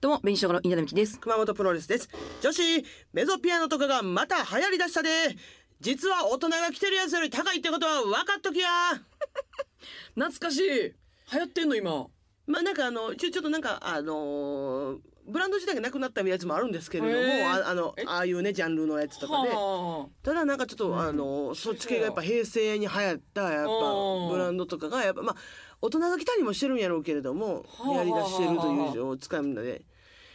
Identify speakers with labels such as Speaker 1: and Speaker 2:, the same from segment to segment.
Speaker 1: どうも紅しょの稲田美希です
Speaker 2: 熊本プロレスです女子メゾピアノとかがまた流行りだしたで実は大人が着てるやつより高いってことは分かっときや
Speaker 1: 懐かしい流行ってんの今
Speaker 2: まあなんかあのちょちょっとなんかあのーブランド自体がなくなったやつもあるんですけれど
Speaker 1: へー
Speaker 2: もああの
Speaker 1: え
Speaker 2: ああいうねジャンルのやつとかで
Speaker 1: は
Speaker 2: ただなんかちょっと、あのそっち系がやっぱ平成に流行ったやっ
Speaker 1: うん
Speaker 2: ぱブランドとかがやっぱまあ大人が来たりもしてるんやろうけれども
Speaker 1: はあはあ
Speaker 2: やりだしてるという情をつかんで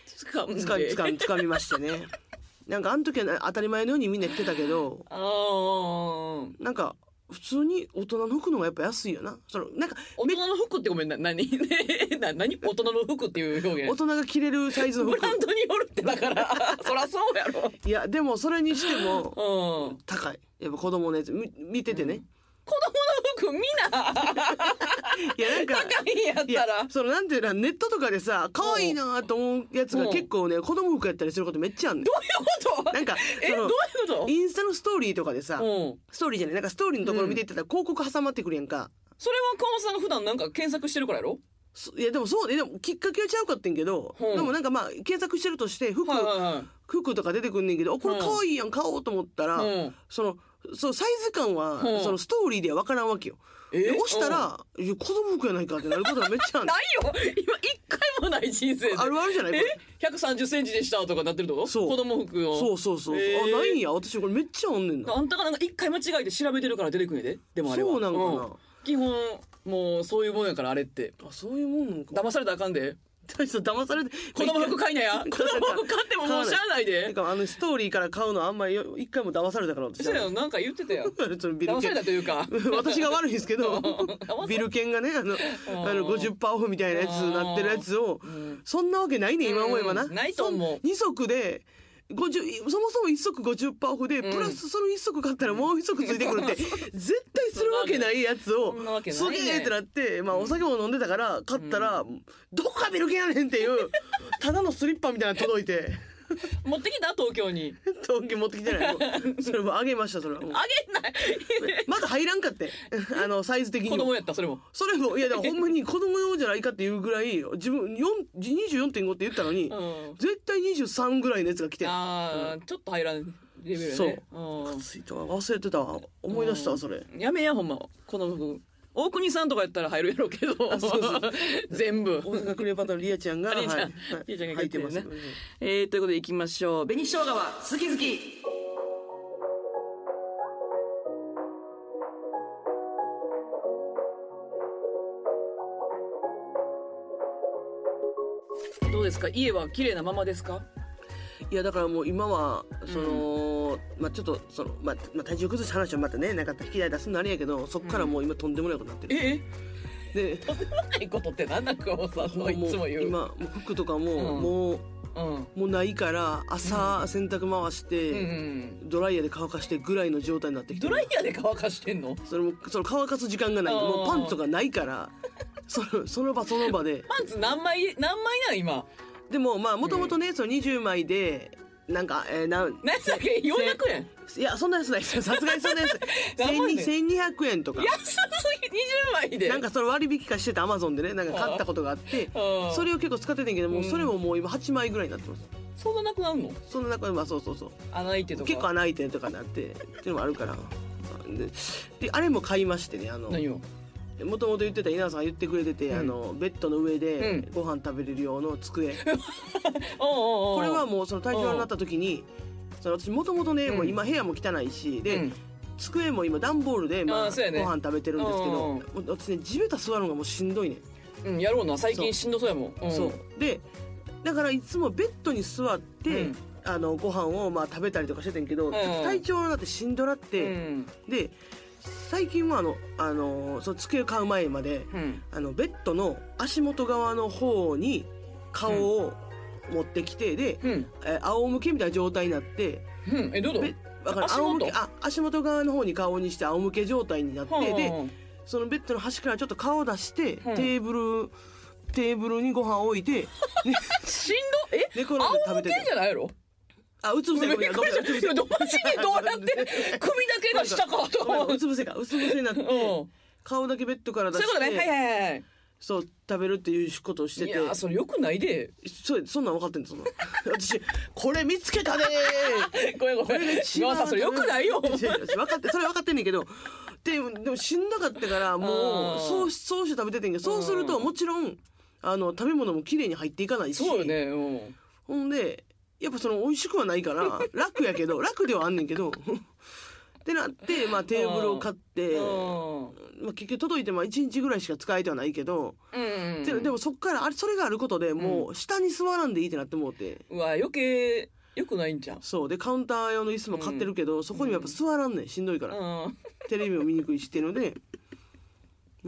Speaker 1: つかんで
Speaker 2: つかつかつかみましてねなんかあの時はな当たり前のようにみんな来てたけど
Speaker 1: あー
Speaker 2: なんか普通に大人の服の方がやっぱ安いよなそのなんか
Speaker 1: 大人の服ってごめんな何 な何大人の服っていう表
Speaker 2: 大
Speaker 1: 現
Speaker 2: 人が着れるサイズの
Speaker 1: ブ
Speaker 2: 服
Speaker 1: ランドによるってだから そらそうやろ
Speaker 2: いやでもそれにしても
Speaker 1: うん
Speaker 2: 高いやっぱ子供のやつみ見ててね、
Speaker 1: 子供の服見ない
Speaker 2: やなんか
Speaker 1: 高いんやっ
Speaker 2: い
Speaker 1: た
Speaker 2: や
Speaker 1: ら
Speaker 2: そのなんていうのネットとかでさ可愛いなと思うやつが結構ね子供服やったりすることめっちゃあんねん
Speaker 1: どういうこと
Speaker 2: なんか
Speaker 1: え
Speaker 2: そ
Speaker 1: どうい
Speaker 2: の
Speaker 1: うこと
Speaker 2: インスタのストーリーとかでさ
Speaker 1: うん
Speaker 2: ストーリーじゃないなんかストーリーのところ見ていったら広告挟まってくるやんか、
Speaker 1: それは川本さんが普段なんか検索してるからやろ
Speaker 2: そいやでもそうねでもきっかけはちゃうかってんけど、
Speaker 1: うん
Speaker 2: でもなんかまあ検索してるとして服、
Speaker 1: はいはいはい
Speaker 2: 服とか出てくんねんけどあこれ可愛いやん買おうと思ったら、
Speaker 1: うん
Speaker 2: そのそうサイズ感は、
Speaker 1: うん
Speaker 2: そのストーリーでは分からんわけよ。で押したら、いや子供服やないかってなることがめっちゃあ
Speaker 1: うん
Speaker 2: る
Speaker 1: ないよ今一回もない人生で
Speaker 2: あるあるじゃないこれ
Speaker 1: え130センチでしたとかなってるとこ
Speaker 2: そう
Speaker 1: 子供服を
Speaker 2: そうそうそう、
Speaker 1: えー
Speaker 2: あないんや私これめっちゃあんねんな
Speaker 1: あんたがなんか一回間違えて調べてるから出てくんやででもあれは
Speaker 2: そうなんかな
Speaker 1: うん基本もうそういうもんやからあれって
Speaker 2: あそういうもんなんか
Speaker 1: 騙されたらあかんで
Speaker 2: 大した騙されて
Speaker 1: 子供服買いな や子供服買ってももうしゃあない
Speaker 2: なん
Speaker 1: で
Speaker 2: かあのストーリーから買うのあんまりよ一回も騙されたから私
Speaker 1: そうやんなんか言ってたやん
Speaker 2: そのビル
Speaker 1: 騙さ
Speaker 2: 券
Speaker 1: れたという か
Speaker 2: 私が悪いんですけど
Speaker 1: うん
Speaker 2: ビル券がねあのあの50%オフみたいなやつになってるやつを
Speaker 1: ん
Speaker 2: そんなわけないね今思えばな、
Speaker 1: うんないと思う
Speaker 2: 2足で50そもそも1足50%オフで、
Speaker 1: うん
Speaker 2: プラスその1足買ったらもう1足ついてくるって絶対するわけないやつを
Speaker 1: そんなわけない
Speaker 2: す
Speaker 1: ね
Speaker 2: げえってなって、まあ、お酒も飲んでたから買ったら、どこがビル券やねんっていうただのスリッパみたいなの届いて
Speaker 1: 持ってきた東京に
Speaker 2: 東京持ってきてないもうそれもあげましたそれはもう
Speaker 1: あげ ない
Speaker 2: まだ入らんかってあのサイズ的に
Speaker 1: 子
Speaker 2: も
Speaker 1: 供やったそれも
Speaker 2: それ もいやでもほんまに子供用じゃないかっていうぐらい自分4 24.5って言ったのに、
Speaker 1: うん
Speaker 2: 絶対23ぐらいのやつが来て
Speaker 1: ああちょっと入らんレベルやね
Speaker 2: そう
Speaker 1: うん
Speaker 2: ついたわ忘れてたわ思い出したわそれ
Speaker 1: やめやほんまこの服大国さんとかやったら入るやろうけど
Speaker 2: そうそう
Speaker 1: 全部
Speaker 2: 大阪クレオパトラリアちゃんが
Speaker 1: リアちゃん
Speaker 2: はい
Speaker 1: リアちゃんが
Speaker 2: 入ってます
Speaker 1: 入ってるねえー、ということでいきましょう紅生姜は好き好きどうですか家は綺麗なままですか
Speaker 2: いやだからもう今はその、まあちょっとその、まあまあ、体重崩した話はまたねなんか引き出すのあれやけどそっからもう今とんでもないことになってる、
Speaker 1: え
Speaker 2: で
Speaker 1: とんでもないことってなんだか もさんのいつも言う
Speaker 2: 今もう服とかも、
Speaker 1: うん
Speaker 2: もう
Speaker 1: うん
Speaker 2: もうないから朝洗濯回し
Speaker 1: うんう
Speaker 2: て、
Speaker 1: ん
Speaker 2: ドライヤーで乾かしてぐらいの状態になってきて
Speaker 1: ド
Speaker 2: る
Speaker 1: ライヤーで乾かしてんの
Speaker 2: それもその乾かす時間がない
Speaker 1: あー
Speaker 2: もうパンツがないからそのその場その場で
Speaker 1: パンツ何枚何枚なん今
Speaker 2: でもまあもともとね、その20枚でなんか、えー、なん
Speaker 1: 何だっけ400円
Speaker 2: いやそんなやつないですよさすがにそんな やつ
Speaker 1: 頑張って
Speaker 2: 1200円とか
Speaker 1: 安すぎ20枚で
Speaker 2: なんかその割引化してたアマゾンでねなんか買ったことがあって
Speaker 1: あー
Speaker 2: それを結構使っててんけどもうそれももう今8枚ぐらいになってます
Speaker 1: そんななくなるの
Speaker 2: その中でまあそうそうそう
Speaker 1: 穴開いてとか
Speaker 2: 結構穴開いてるとかなってっていうのもあるからでであれも買いましてねあの
Speaker 1: 何を
Speaker 2: もともと言ってた稲田さんが言ってくれてて、
Speaker 1: うん
Speaker 2: あのベッドの上で
Speaker 1: うん
Speaker 2: ご飯食べれる用の机、
Speaker 1: おうおうおう
Speaker 2: これはもうその体調になった時にその私もともとね、
Speaker 1: うん
Speaker 2: もう今部屋も汚いしで、
Speaker 1: うん
Speaker 2: 机も今段ボールで、まあ
Speaker 1: あーそうやね
Speaker 2: ご飯食べてるんですけど
Speaker 1: うん
Speaker 2: もう私ね地べた座るのがもうしんどいね、
Speaker 1: うんやろうな最
Speaker 2: そ
Speaker 1: 近
Speaker 2: う
Speaker 1: しんどそうやもんうん
Speaker 2: そうでだからいつもベッドに座って、
Speaker 1: うん
Speaker 2: あのご飯をまあ食べたりとかしててんけど、
Speaker 1: ん
Speaker 2: 体調になってしんどなっ
Speaker 1: う
Speaker 2: て、
Speaker 1: ん
Speaker 2: で最近はあの、あのその机を買う前まで、
Speaker 1: うん
Speaker 2: あのベッドの足元側の方に顔を持ってきて、で、
Speaker 1: うん
Speaker 2: えー仰向けみたいな状態になって、
Speaker 1: うんえどうぞ
Speaker 2: べだから
Speaker 1: 足元
Speaker 2: 仰向けあ足元側の方に顔にして仰向け状態になって、で
Speaker 1: うん
Speaker 2: そのベッドの端からちょっと顔を出して、
Speaker 1: うん
Speaker 2: テーブルテーブルにご飯を置 いて
Speaker 1: しんどえ
Speaker 2: 寝転んで
Speaker 1: 仰
Speaker 2: 食
Speaker 1: 向
Speaker 2: べ
Speaker 1: け
Speaker 2: て
Speaker 1: じ
Speaker 2: た
Speaker 1: ゃないやろ
Speaker 2: あうつ伏せごめんごめんうつ伏せ
Speaker 1: 今どマジでどう やって首だけが下かと
Speaker 2: ごめん
Speaker 1: 思
Speaker 2: ごめん
Speaker 1: う
Speaker 2: うつ伏せかうつ伏せになって
Speaker 1: うん
Speaker 2: 顔だけベッドから出
Speaker 1: そうい
Speaker 2: し
Speaker 1: うことねはい
Speaker 2: て
Speaker 1: はいはい
Speaker 2: そう食べるっていうことをして
Speaker 1: い
Speaker 2: て
Speaker 1: やーそれよくないで
Speaker 2: そうやそんなん分かってんのそんなん 私これ見つけたでー
Speaker 1: ごめんごめん
Speaker 2: 一番
Speaker 1: 今さそれよくないよ
Speaker 2: 違う違う分かってそれ分かってんねんけどででもしんどかったからも
Speaker 1: あー
Speaker 2: うそうそうして食べててんけどそうすると
Speaker 1: うん
Speaker 2: もちろんあの食べ物も綺麗に入っていかないし
Speaker 1: そうよねうん
Speaker 2: ほんでやっぱその美味しくはないから 楽やけど楽ではあんねんけど ってなって、まあ、テーブルを買って。
Speaker 1: うん
Speaker 2: まあ、結局届いてまあ1日ぐらいしか使えてはないけど、
Speaker 1: うん
Speaker 2: てでもそっからあれそれがあることでもう下に座らんでいいってなってもうて、
Speaker 1: うわ余計よくないんじゃん
Speaker 2: そうでカウンター用の椅子も買ってるけど、そこにはやっぱ座らんねんしんどいから、
Speaker 1: うん
Speaker 2: テレビも見にくいしっていうので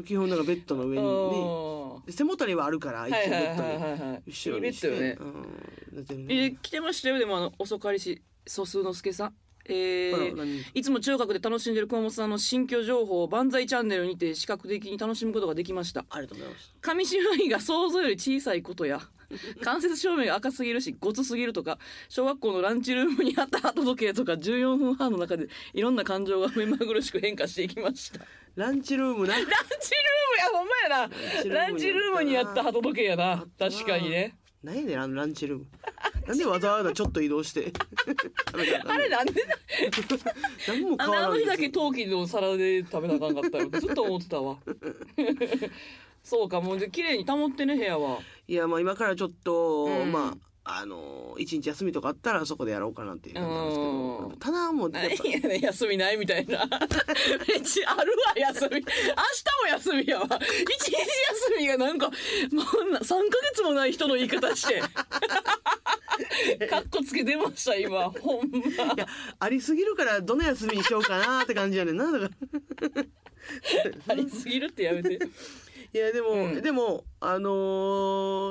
Speaker 2: 基本なんかベッドの上に、ね、
Speaker 1: は
Speaker 2: で背もたれはあるから
Speaker 1: い
Speaker 2: 一
Speaker 1: は
Speaker 2: 応ベ
Speaker 1: いはい
Speaker 2: ッドの
Speaker 1: はいはい
Speaker 2: 後ろ
Speaker 1: いいベ
Speaker 2: に
Speaker 1: ッ
Speaker 2: し
Speaker 1: ド
Speaker 2: て、
Speaker 1: よね
Speaker 2: うん寝てるね
Speaker 1: え来てましたよでもあの遅かりし素数の助さんえ
Speaker 2: ほら
Speaker 1: ー
Speaker 2: 何
Speaker 1: いつも中学で楽しんでる熊本さんの新居情報を万歳チャンネルにて視覚的に楽しむことができました
Speaker 2: ありがとうございます
Speaker 1: 紙芝居が想像より小さいこと や関節照明が赤すぎるしごつすぎるとか小学校のランチルームにあった鳩時計とか14分半の中でいろんな感情が目まぐるしく変化していきました ラン
Speaker 2: ランチルームな
Speaker 1: チルームやほんまやなラ
Speaker 2: ラ
Speaker 1: ン
Speaker 2: ン
Speaker 1: チ
Speaker 2: チ
Speaker 1: ル
Speaker 2: ル
Speaker 1: ー
Speaker 2: ー
Speaker 1: ム
Speaker 2: ム
Speaker 1: に
Speaker 2: に
Speaker 1: あ
Speaker 2: あ
Speaker 1: っ
Speaker 2: ったた
Speaker 1: 鳩時計やな
Speaker 2: あったな
Speaker 1: 確かにね
Speaker 2: 何やねんあのランチルームなんでわざわざちょっと移動して 食べたらあか
Speaker 1: あ
Speaker 2: んね
Speaker 1: れ
Speaker 2: ん
Speaker 1: なんでな
Speaker 2: 何も
Speaker 1: あ
Speaker 2: 変わら
Speaker 1: の
Speaker 2: ん
Speaker 1: 日だ
Speaker 2: です
Speaker 1: け
Speaker 2: よ
Speaker 1: 陶器の皿で食べなあかんかったよずっと思ってた わそうかもうじゃあ綺麗に保ってね部屋はい
Speaker 2: やまあ今からちょっと、
Speaker 1: うん
Speaker 2: まああの一日休みとかあったらそこでやろうかなっていう感じなんですけ
Speaker 1: う
Speaker 2: ど
Speaker 1: ん
Speaker 2: ただもうやっ
Speaker 1: 何やねん 休みないみたいな うちあるわ休み明日も休みやわ一日休みがなんかもうな3ヶ月もない人の言い方して かっこつけ出ました今ほんま
Speaker 2: ぱありすぎるからどの休みにしようかなって感じやねんなだから
Speaker 1: ありすぎるってやめてうん
Speaker 2: いやでも、
Speaker 1: うん
Speaker 2: でもあの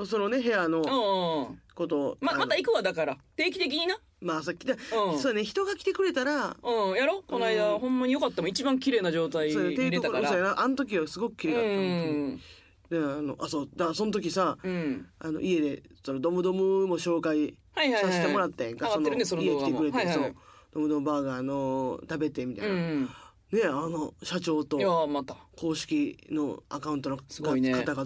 Speaker 2: ーそのね部屋の
Speaker 1: うん
Speaker 2: ことを、
Speaker 1: ま
Speaker 2: あの
Speaker 1: また行くわだから定期的にな
Speaker 2: まあさっきだ、
Speaker 1: ん
Speaker 2: そうね人が来てくれたら、
Speaker 1: うんやろこの間、ほんまによかったもん一番綺麗な状態
Speaker 2: そうねってい
Speaker 1: 見れ
Speaker 2: うと
Speaker 1: た
Speaker 2: こ
Speaker 1: か
Speaker 2: ろ
Speaker 1: ら
Speaker 2: そうやなあの時はすごく綺麗だった、
Speaker 1: うん
Speaker 2: であのあそうだその時さ
Speaker 1: うん
Speaker 2: あの家でそのドムドムも紹介
Speaker 1: はいはいは
Speaker 2: さ
Speaker 1: い
Speaker 2: せてもらったやんか、
Speaker 1: 上がってるねその
Speaker 2: 家
Speaker 1: 動
Speaker 2: 来
Speaker 1: 画
Speaker 2: て
Speaker 1: も
Speaker 2: くれて、
Speaker 1: はいはい
Speaker 2: そうドムドムバーガーの食べてみたいな、
Speaker 1: うん
Speaker 2: ねあの社長
Speaker 1: いや
Speaker 2: と
Speaker 1: また
Speaker 2: 公式のアカウントの
Speaker 1: すごいね
Speaker 2: 方が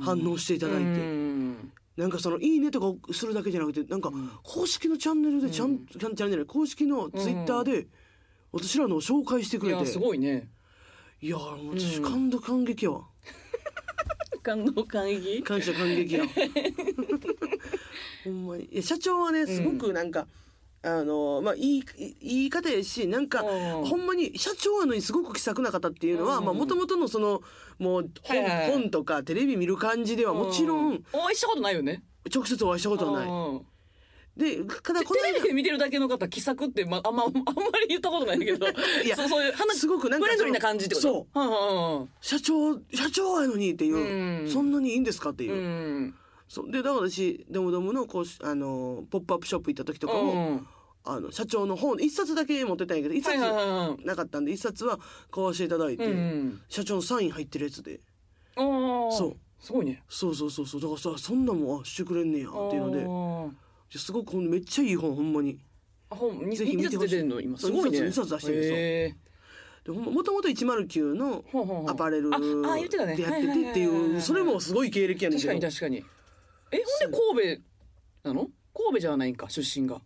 Speaker 2: 反応していただいて、
Speaker 1: うん
Speaker 2: なんかその「いいね」とかするだけじゃなくてなんか公式のチャンネルでちゃん、チャンチャンネル公式のツイッターで私らのを紹介してく
Speaker 1: い
Speaker 2: れ
Speaker 1: や
Speaker 2: て
Speaker 1: すごいね
Speaker 2: いやもう私感動感激やわ
Speaker 1: 感動感激
Speaker 2: 感謝感 激やわほんまにいや社長はねすごくなんか、あのまあいいいいい方やしなんか
Speaker 1: うん
Speaker 2: ほんまに社長なのにすごく気さくな方っていうのは
Speaker 1: うん
Speaker 2: もともとのそのもう本,、
Speaker 1: はいはいはい
Speaker 2: 本とかテレビ見る感じではもちろ
Speaker 1: うんお会いしたことないよね
Speaker 2: 直接お会いしたことはない。
Speaker 1: うん
Speaker 2: でただこ
Speaker 1: テレビ
Speaker 2: の
Speaker 1: で見てるだけの方気さくって、まあん まあんまり言ったことないけど
Speaker 2: いや
Speaker 1: そうそういう
Speaker 2: 間
Speaker 1: 話
Speaker 2: すごくなんか
Speaker 1: フレンドリーな感じってこと
Speaker 2: そう
Speaker 1: そ
Speaker 2: 社長社長やのにっていう、
Speaker 1: うん
Speaker 2: そんなにいいんですかっていうう、
Speaker 1: んうん
Speaker 2: そうでだから私ドムドムのこうしあのポップアップショップ行った時とか
Speaker 1: う
Speaker 2: も、
Speaker 1: んうん
Speaker 2: あの社長の本一冊だけ持ってたんやけど一
Speaker 1: は
Speaker 2: 冊
Speaker 1: いはいはいはい
Speaker 2: なかったんで一冊は買わせていただいて、
Speaker 1: うん
Speaker 2: 社長のサイン入ってるやつで
Speaker 1: うんああ
Speaker 2: そう
Speaker 1: すごいね
Speaker 2: そうそうそうそうだからさそんなんもあしてくれんねやっていうのでいや
Speaker 1: の
Speaker 2: すごくほんめっちゃいい本ほんまに
Speaker 1: あ、本、二
Speaker 2: ぜ
Speaker 1: 二
Speaker 2: ひ見て
Speaker 1: 冊
Speaker 2: ほ
Speaker 1: 出
Speaker 2: しい
Speaker 1: てんの今すごいね。
Speaker 2: 二冊二冊出してるんですよ
Speaker 1: へ
Speaker 2: でほんまもともと109の
Speaker 1: ほうほうほう
Speaker 2: アパレル
Speaker 1: ああ言ってたね
Speaker 2: でやっててって
Speaker 1: はいはいはいはいはい
Speaker 2: い
Speaker 1: はいう
Speaker 2: それもすごい経歴や
Speaker 1: ー
Speaker 2: ねん
Speaker 1: 確か
Speaker 2: け
Speaker 1: に
Speaker 2: ど
Speaker 1: 確かに。え、ほんで神戸なの？神戸じゃないんか出身が。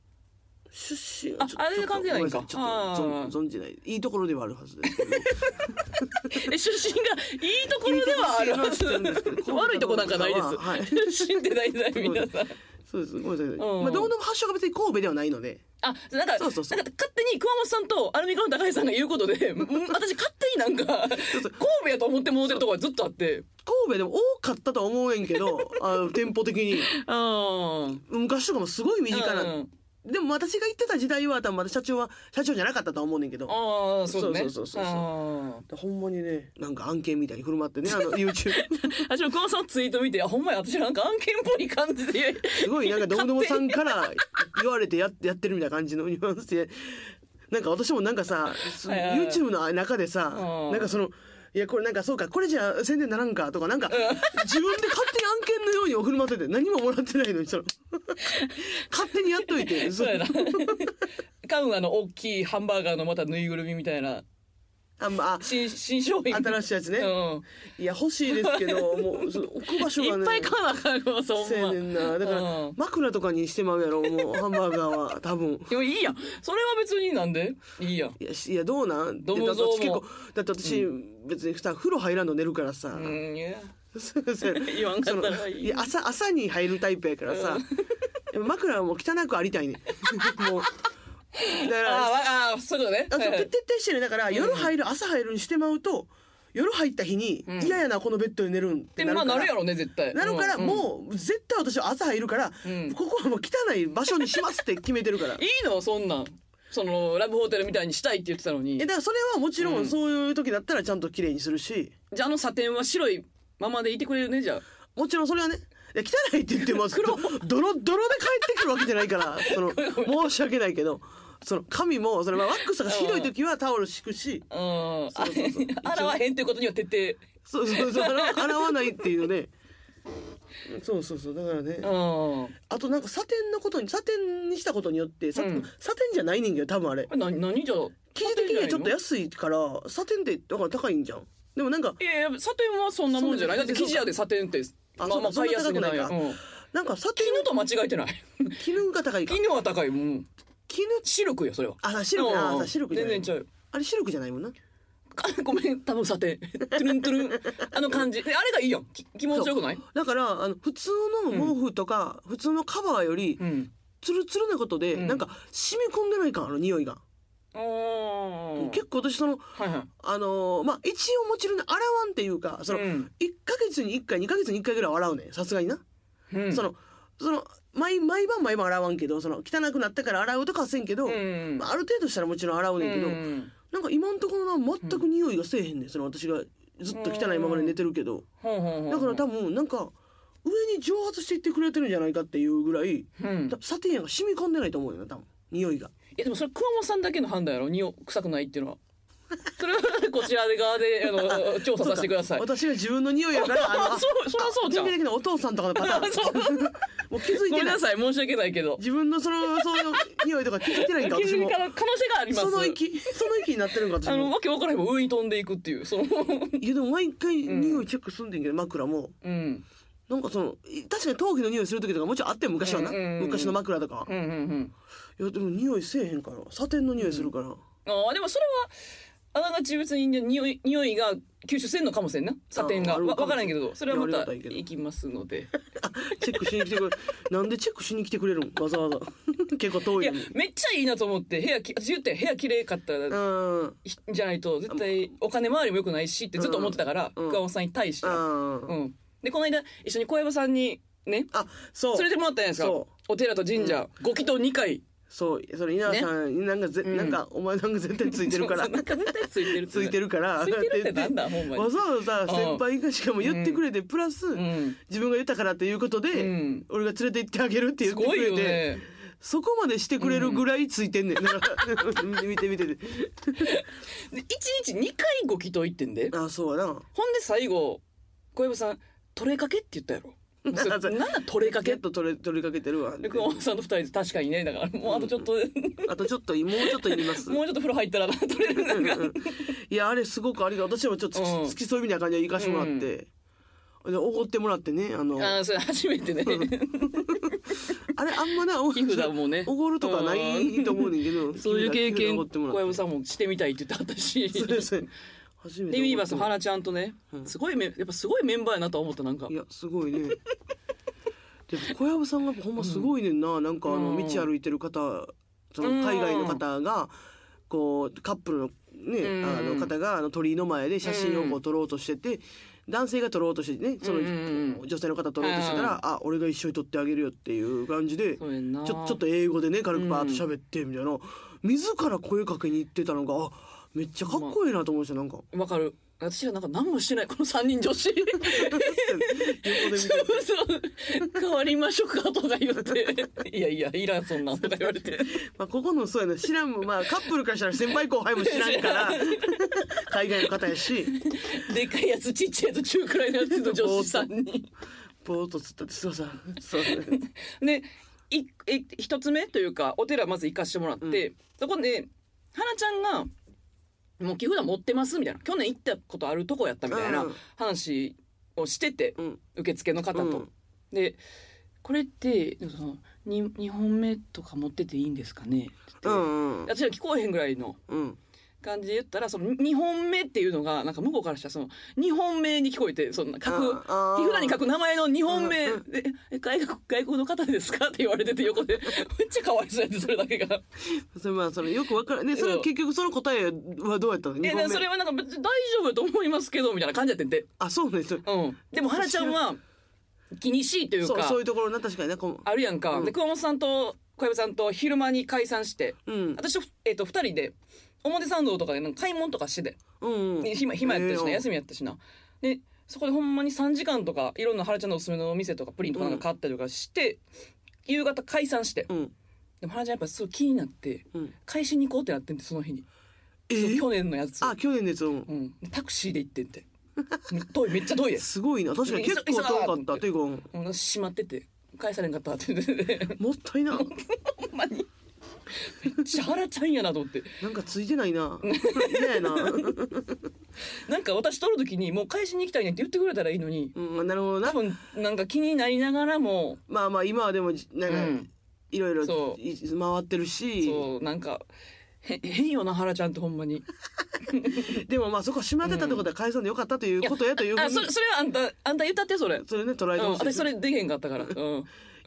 Speaker 2: 出身
Speaker 1: ああれ関係ないんか
Speaker 2: ちょっとごめんなさいちょっと存存じないいいところではあるは ずですけど
Speaker 1: え、出身がいいところではあるはず。
Speaker 2: いいところではあるんですけど
Speaker 1: 悪いとこなんかないで
Speaker 2: 神戸の方ははい
Speaker 1: す。出身ってないない皆さん。
Speaker 2: そうですごめんなさい、
Speaker 1: うん
Speaker 2: まあ、どうでも発祥が別に神戸ではないので
Speaker 1: あ、なんか、
Speaker 2: そうそうそう
Speaker 1: なんか勝手に熊本さんとアルミカの高橋さんが言うことで、うん私勝手になんか、神戸やと思って戻ってるところがずっとあって。
Speaker 2: 神戸でも多かったとは思えんけど あの店舗的に
Speaker 1: ああ。
Speaker 2: 昔とかもすごい身近な、
Speaker 1: うん
Speaker 2: でも私が行ってた時代は多分まだ社長は社長じゃなかったとは思うねんけど
Speaker 1: ああ、そうだね。
Speaker 2: そうそうそうそう
Speaker 1: あー
Speaker 2: ほんまにねなんか案件みたいに振る舞ってねあの YouTube
Speaker 1: あ、ちょ、熊さんのツイート見て、あ、ほんまや、私なんか案件っぽい感じで。
Speaker 2: すごいなんかどもどもさんから言われてや やってるみたいな感じのニュアンスでなんか私もなんかさその
Speaker 1: はいはいはい
Speaker 2: YouTube の中でさ
Speaker 1: うん
Speaker 2: なんかそのいやこれなんかそうかこれじゃ宣伝ならんかとかなんか自分で勝手に案件のように振る舞ってて何ももらってないのにその 勝手にやっとい て
Speaker 1: そうやな。カウンあの、大きいハンバーガーのまたぬいぐるみみたいな。
Speaker 2: あまあ
Speaker 1: 新新商品
Speaker 2: 新しいやつね
Speaker 1: うん
Speaker 2: いや欲しいですけどもうその置く場所が
Speaker 1: い
Speaker 2: ね
Speaker 1: っぱい買わなあかんわそん
Speaker 2: せや
Speaker 1: ま
Speaker 2: ねんなだから、
Speaker 1: うん
Speaker 2: 枕とかにしてまうやろもうハンバーガーは多分
Speaker 1: でもいいやんそれは別になんでいいやん
Speaker 2: いやしいやどうなん
Speaker 1: どうぞ
Speaker 2: でだって私結構
Speaker 1: も
Speaker 2: だって私、別にさ風呂入らんの寝るからさ、
Speaker 1: うんいや
Speaker 2: そうそう
Speaker 1: 言わんかったらいい
Speaker 2: そのや朝朝に入るタイプやからさ、枕はもう汚くありたいねん もう
Speaker 1: あ
Speaker 2: だか
Speaker 1: ー
Speaker 2: ら
Speaker 1: わ
Speaker 2: あ
Speaker 1: あーそういうことね
Speaker 2: そう
Speaker 1: はいはい
Speaker 2: 徹底してるだから夜入る朝入るにしてまうと夜入った日に
Speaker 1: ん
Speaker 2: 嫌やなこのベッドで寝るんっ
Speaker 1: で
Speaker 2: てなる
Speaker 1: まあ
Speaker 2: か
Speaker 1: なるや
Speaker 2: ら
Speaker 1: ろね絶対
Speaker 2: なるから
Speaker 1: うん
Speaker 2: もう絶対私は朝入るから
Speaker 1: うん
Speaker 2: ここはもう汚い場所にしますって決めてるから
Speaker 1: いいのそんなんそのラブホテルみたいにしたいって言ってたのに
Speaker 2: えだからそれはもちろんそういう時だったらちゃんと綺麗にするし
Speaker 1: じゃああのサテンは白いままでいてくれるねじゃあ
Speaker 2: もちろんそれはねいや汚いって言ってますど泥泥で帰ってくるわけじゃないからその申し訳ないけどその髪もそれはワックスがひどい時はタオル敷くし
Speaker 1: うん
Speaker 2: そうそうそう
Speaker 1: あ 洗わへんっていうことには徹底
Speaker 2: そうそうそう洗わ洗わないっていうねそうそうそうだからね
Speaker 1: うん
Speaker 2: あとなんかサテンのことにサテンにしたことによってサ,、
Speaker 1: うん
Speaker 2: サテンじゃない人間多分あれ
Speaker 1: これ何何じゃ
Speaker 2: 生地的にはちょっと
Speaker 1: や
Speaker 2: 安いからサテンってだから高いんじゃんでもなんか
Speaker 1: いやいやサテンはそんなもんじゃないだ
Speaker 2: そ
Speaker 1: っ
Speaker 2: う
Speaker 1: て
Speaker 2: ね
Speaker 1: 生地やでサテンってま
Speaker 2: あ
Speaker 1: あ
Speaker 2: そう
Speaker 1: ま
Speaker 2: か
Speaker 1: あ買いやすい値段や
Speaker 2: そんな高く
Speaker 1: うん
Speaker 2: なんかサテ
Speaker 1: 絹と間違えてない
Speaker 2: ン絹が高いか
Speaker 1: 絹は高いもん
Speaker 2: 絹
Speaker 1: シルクよそれは
Speaker 2: あシルクあ
Speaker 1: うん
Speaker 2: あシルクじゃ
Speaker 1: 全
Speaker 2: ない
Speaker 1: 然ちゃうよ
Speaker 2: あれシルクじゃないもんな
Speaker 1: かごめん多分サテントゥルントゥルンあの 感じであれがいいやんき気持ちよくない
Speaker 2: だからあの普通の毛布とか、普通のカバーより
Speaker 1: うん
Speaker 2: ツルツルなことで、
Speaker 1: うん
Speaker 2: なんか染み込んでないかあの匂いが、
Speaker 1: お
Speaker 2: 結構私その
Speaker 1: はいはい
Speaker 2: あのーまあ一応もちろんね洗わんっていうかその、
Speaker 1: うん
Speaker 2: 1ヶ月に1回2ヶ月に1回ぐらいは洗うねさすがにな、
Speaker 1: うん
Speaker 2: そのその毎毎晩毎晩洗わんけどその汚くなったから洗うとかはせんけど、
Speaker 1: うん
Speaker 2: まあ、ある程度したらもちろん洗うねんけど、
Speaker 1: うん
Speaker 2: なんか今んところな全く匂いがせえへんねんその私がずっと汚いままで寝てるけど、
Speaker 1: ほうほうほう
Speaker 2: だから多分なんか上に蒸発していってくれてるんじゃないかっていうぐらい
Speaker 1: うん
Speaker 2: 多分サテンやが染み込んでないと思うよな多分匂いが
Speaker 1: いやでもそれ熊本さんだけの判断やろ匂い臭くないっていうのは それはこちら側であの調査させてください
Speaker 2: そうか私が自分の匂いやからあの
Speaker 1: そうそりゃそうじゃん
Speaker 2: 人間的なお父さんとかのパター ン
Speaker 1: そう
Speaker 2: もう気づい
Speaker 1: ごめ
Speaker 2: て
Speaker 1: ん
Speaker 2: ない
Speaker 1: なさい申し訳ないけど
Speaker 2: 自分のそのそういう匂いとか気づい てないんか
Speaker 1: 基
Speaker 2: 私
Speaker 1: 準
Speaker 2: も
Speaker 1: から可能性があります
Speaker 2: その 息その息になってるんか私
Speaker 1: あの
Speaker 2: も
Speaker 1: わけわからへんもん上に飛んでいくっていう その
Speaker 2: いやでも毎回匂いチェックすんねんけど枕も
Speaker 1: うん
Speaker 2: なんかそのい確かに頭皮の匂いする時とかもちろんあっても昔はな
Speaker 1: うんうんうん
Speaker 2: 昔の枕とかは
Speaker 1: うんうんうん
Speaker 2: いやでも匂いせえへんからサテンの匂いするから
Speaker 1: ああでもそれはあながち別に匂い匂いが吸収せんのかもしれんなサテンが
Speaker 2: あーあ
Speaker 1: わ
Speaker 2: るかも
Speaker 1: わからんけどそれはま
Speaker 2: いやあ
Speaker 1: た
Speaker 2: りがたいけど
Speaker 1: 行きますので
Speaker 2: チェックしに来てくれなんでチェックしに来てくれるんわざわ ざ結構遠
Speaker 1: い
Speaker 2: い
Speaker 1: や
Speaker 2: のに
Speaker 1: めっちゃいいなと思って部屋き私言って部屋綺麗かったら
Speaker 2: うん
Speaker 1: ひじゃないと絶対お金回りも良くないしってずっと思ってたから、
Speaker 2: うん
Speaker 1: 熊本さんに対して、うん
Speaker 2: うん
Speaker 1: でこの間一緒に小籔さんにね
Speaker 2: あそう
Speaker 1: 連れてもらったじゃないですか
Speaker 2: そ
Speaker 1: お寺と神社、ご祈祷2回
Speaker 2: そうそれ稲田さん、なんかぜ、
Speaker 1: うん
Speaker 2: なんかお前なんか絶対ついてるから
Speaker 1: そうなんか絶対ついてる
Speaker 2: ついて
Speaker 1: る
Speaker 2: るから
Speaker 1: ついてるってなんだほんまに
Speaker 2: わざわざ先輩がしかも言ってくれて、プラス、
Speaker 1: うん、
Speaker 2: 自分が言ったからということで、
Speaker 1: うん、
Speaker 2: 俺が連れて行ってあげるって言
Speaker 1: す
Speaker 2: って
Speaker 1: ご
Speaker 2: く
Speaker 1: い
Speaker 2: れ
Speaker 1: よ
Speaker 2: て、
Speaker 1: ね
Speaker 2: そこまでしてくれるぐらいついてんねん、だから 見て見てて
Speaker 1: で1日2回ご祈祷行ってんで
Speaker 2: あそうや
Speaker 1: ほ
Speaker 2: な
Speaker 1: んで最後小籔さん「取れかけ」って言ったや ろそれなんだ取れか
Speaker 2: ゲ
Speaker 1: け
Speaker 2: ット取れ取りかけてるわ
Speaker 1: で熊本さんと2人で確かにねだからもうあとちょっと、
Speaker 2: あとちょっともうちょっといります
Speaker 1: もうちょっと風呂入ったら取れるなんか
Speaker 2: うんいやあれすごくありがとう私もちょっと付き,、
Speaker 1: うん
Speaker 2: 添いみたいな感じで行かしてもらって、でおごってもらってねあのあ
Speaker 1: ああそれ初めてね
Speaker 2: れあんまなお
Speaker 1: 寄付だもんね
Speaker 2: おごるとかないと思うねんけど
Speaker 1: そういう経験、小
Speaker 2: 寄付だ寄付だおごってもらっ
Speaker 1: 籔さんもしてみたいって言ってあったし。
Speaker 2: てそう
Speaker 1: で、
Speaker 2: ですね初めて
Speaker 1: ユニバースの
Speaker 2: おごって
Speaker 1: 花ちゃんとね、すごいめ、やっぱすごいメンバーやなとは思った、なんか
Speaker 2: い。やすごいね でも小籔さんがほんますごいねんな、なんかあ
Speaker 1: う
Speaker 2: の
Speaker 1: ん
Speaker 2: 道歩いてる方その海外の方がこうカップルのね、
Speaker 1: うん
Speaker 2: あの方があの鳥居の前で写真をこ
Speaker 1: う
Speaker 2: う撮ろうとしてて、男性が撮ろうとしてねその、
Speaker 1: うんうんうん
Speaker 2: 女性の方撮ろうとしてたら、あ俺が一緒に撮ってあげるよっていう感じで。
Speaker 1: そうやんな。
Speaker 2: ちょちょっと英語でね軽くバーッと喋ってみたいな、自ら声かけに行ってたのがあめっちゃかっこいいなと思いましたな んか
Speaker 1: わかる。私はなんか何もしてない、この三人女子。そう
Speaker 2: 横で見て
Speaker 1: そう。変わりましょうかとか言って。いやいや、いらん、そんなんとか言われ て。
Speaker 2: まあ、ここのそうやな知らんもんまあカップルからしたら先輩後輩も知らんから 海外の方やし
Speaker 1: でっかいやつ、ちっちゃいやつ、中くらいのやつの女子さんに。
Speaker 2: ぼーっとつったってすいませんそうね
Speaker 1: でいい一つ目というかお寺まず行かしてもらって、そこで花ちゃんがもう木札持ってますみたいな去年行ったことあるとこやったみたいな
Speaker 2: うん
Speaker 1: 話をしてて、
Speaker 2: うん
Speaker 1: 受付の方と。
Speaker 2: うん
Speaker 1: でこれってでもその 2, 二本目とか持ってていいんですかねって、
Speaker 2: うん
Speaker 1: 私は聞こえへんぐらいの
Speaker 2: うん
Speaker 1: 感じで言ったらその2本目っていうのがなんか向こうからしたらその2本目に聞こえてその書く
Speaker 2: あー
Speaker 1: 手札に書く名前の2本目
Speaker 2: うんう
Speaker 1: でえ外国外国の方ですか?」って言われてて横で めっちゃかわいそうやってそれだけが。
Speaker 2: それまあそれよくわからねそれ
Speaker 1: うん
Speaker 2: 結局その答えはどうやったの
Speaker 1: い
Speaker 2: 二
Speaker 1: やで
Speaker 2: 本
Speaker 1: もそれ
Speaker 2: 目
Speaker 1: はなんか別に大丈夫だと思いますけどみたいな感じやってんて、
Speaker 2: あそうねそれ
Speaker 1: うん、でも花ちゃんは気にしいという
Speaker 2: そう
Speaker 1: か
Speaker 2: そういうところな確かにねこ
Speaker 1: あるやんか、
Speaker 2: うん
Speaker 1: で熊本さんと小籔さんと昼間に解散して
Speaker 2: ううん
Speaker 1: 私と,、えー、と2人で表参道とかでなんか買い物とかしてて、
Speaker 2: うんうん
Speaker 1: で暇暇やったしな、
Speaker 2: ええ
Speaker 1: 休みやったしなでそこでほんまに3時間とかいろんな原ちゃんのおすすめのお店とかプリンとかなんか買ったりとかして、夕方解散して、
Speaker 2: うん
Speaker 1: でも原ちゃんやっぱそう気になって
Speaker 2: うん
Speaker 1: 返しに行こうってなってんてその日に、
Speaker 2: え
Speaker 1: そう
Speaker 2: ー
Speaker 1: 去年のやつを
Speaker 2: あ去年のやつうん
Speaker 1: うん、でタクシーで行ってんて遠いめっちゃ遠いです、
Speaker 2: すごいな確かに結構遠かったというかうん
Speaker 1: うん、閉まってて返されんかったって 言ってて
Speaker 2: もったいな
Speaker 1: ほんまにめっちゃ原ちゃんやなと思って
Speaker 2: なんかついてな いな嫌やな
Speaker 1: なんか私取る時にもう返しに行きたいねって言ってくれたらいいのに
Speaker 2: うんなるほどな
Speaker 1: 多分なんか気になりながらも、
Speaker 2: まあまあ今はでもじな
Speaker 1: うん
Speaker 2: か
Speaker 1: ん、
Speaker 2: いろいろ
Speaker 1: そ
Speaker 2: い回ってるし
Speaker 1: そうなんかへ変よな原ちゃんってほんまに
Speaker 2: でもまあそこは閉まってたってことは解散でよかったということやというふう
Speaker 1: あ
Speaker 2: に
Speaker 1: そそれはあんたあんた言ったってそれ、うん、
Speaker 2: それね捉えてほしいで
Speaker 1: 私
Speaker 2: す
Speaker 1: それできへんかったから、うん、そ
Speaker 2: い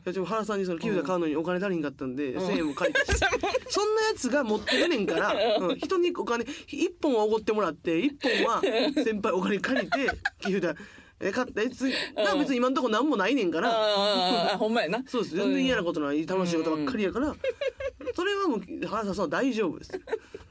Speaker 2: やでも原さんにその寄付で買うのにお金足りんかったんで、1000円も借りてそんなやつが持ってるねんから、うん、人にお金1本はおごってもらって1本は先輩お金借りて寄付だえ買ったやつが別に今んとこ何もないねんから
Speaker 1: あーあほんまやな
Speaker 2: そうです全然嫌なことない楽しいことばっかりやからそれはもう原さんは大丈夫です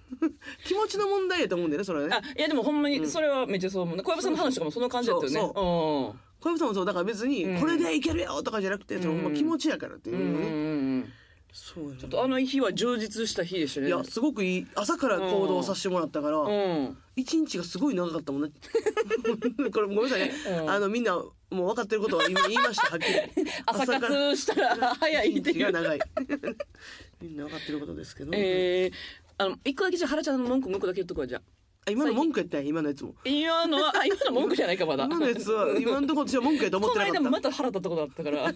Speaker 2: 気持ちの問題やと思うんだよねそれはね
Speaker 1: あいやでもほんまにそれはめっちゃそう思う、小籔さんの話とかもその感じだったよね
Speaker 2: そう
Speaker 1: うん
Speaker 2: 小籔さんもそうだから別にこれでいけるよとかじゃなくて、そのまあ気持ちやからっていううんね、
Speaker 1: うんうん
Speaker 2: そうやな
Speaker 1: ちょっとあの日は充実した日でしたね
Speaker 2: いやすごくいい朝から行動させてもらったから、
Speaker 1: うん
Speaker 2: 一日がすごい長かったもんね。 これごめんなさいね。
Speaker 1: うん
Speaker 2: あのみんなもう分かってることは今言いましたはっきり。
Speaker 1: 朝
Speaker 2: ら
Speaker 1: 活したら早いっ
Speaker 2: 一
Speaker 1: て
Speaker 2: 日
Speaker 1: い
Speaker 2: が
Speaker 1: う
Speaker 2: 長い。 みんな分かってることですけど。
Speaker 1: えー、あの一個だけじゃあ原ちゃんの文句もう一個だけ言っとくわじゃあ
Speaker 2: あ今の文句やったんや今のやつも。
Speaker 1: 今のはあ今の文句じゃないか まだ
Speaker 2: 今のやつは今のところ私は文句やと思っ
Speaker 1: こ
Speaker 2: て
Speaker 1: の
Speaker 2: な
Speaker 1: 間
Speaker 2: か
Speaker 1: も
Speaker 2: っ
Speaker 1: ま
Speaker 2: た。
Speaker 1: た腹立ったことあったから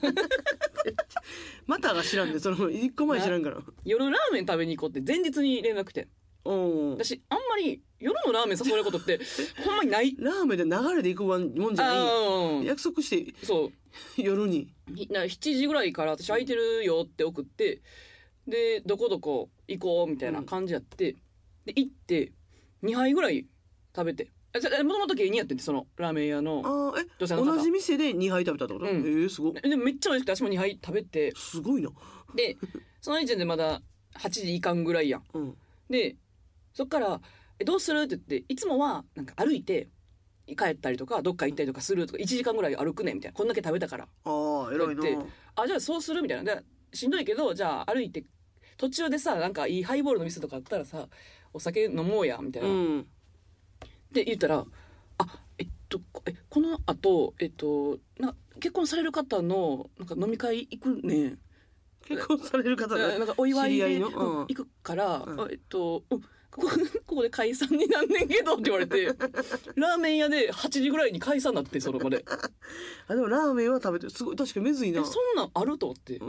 Speaker 2: またが知らんで、その一個前知らんから。
Speaker 1: 夜ラーメン食べに行こうって前日に連絡来て
Speaker 2: うん。
Speaker 1: 私あんまり夜のラーメン誘われることって ほんまにない
Speaker 2: ラーメンで流れで行くわんもんじゃないんや。
Speaker 1: あー
Speaker 2: 約束して
Speaker 1: そう
Speaker 2: 夜に。
Speaker 1: ひな7時ぐらいから私空いてるよって送ってでどこどこ行こうみたいな感じやって、で行って2杯ぐらい食べてあじゃあもともと芸人やってんてそのラーメン屋の
Speaker 2: ああえ
Speaker 1: 女性の方
Speaker 2: 同じ店で二杯食べたってこと。
Speaker 1: うん
Speaker 2: ええすごい。
Speaker 1: でめっちゃ美味しくて私も2杯食べて
Speaker 2: すごいな。
Speaker 1: でその時点でまだ8時いかんぐらいやん
Speaker 2: うん。
Speaker 1: でそっから「えどうする?」って言っていつもはなんか歩いて帰ったりとかどっか行ったりとかするとか1時間ぐらい歩くねみたいなこんだけ食べたから
Speaker 2: ああ偉いな。
Speaker 1: だってあじゃあそうするみたいなでしんどいけどじゃあ歩いて途中でさなんかいいハイボールの店とかあったらさお酒飲もうやみたいな、
Speaker 2: う
Speaker 1: っ
Speaker 2: ん。
Speaker 1: て言ったら「あえっとこえこのあと、えっと、な結婚される方のなんか飲み会行くねん」
Speaker 2: 結婚される方
Speaker 1: な
Speaker 2: だ
Speaker 1: んかお祝い
Speaker 2: 知り合
Speaker 1: で
Speaker 2: いの
Speaker 1: うん
Speaker 2: うん
Speaker 1: 行くから、
Speaker 2: うん
Speaker 1: あえっと、うんここここで解散になんねんけどって言われ てラーメン屋で8時ぐらいに解散なってその場 で
Speaker 2: あでもラーメンは食べてるすごい確かにめずい
Speaker 1: え
Speaker 2: な
Speaker 1: そんなんあると思ってで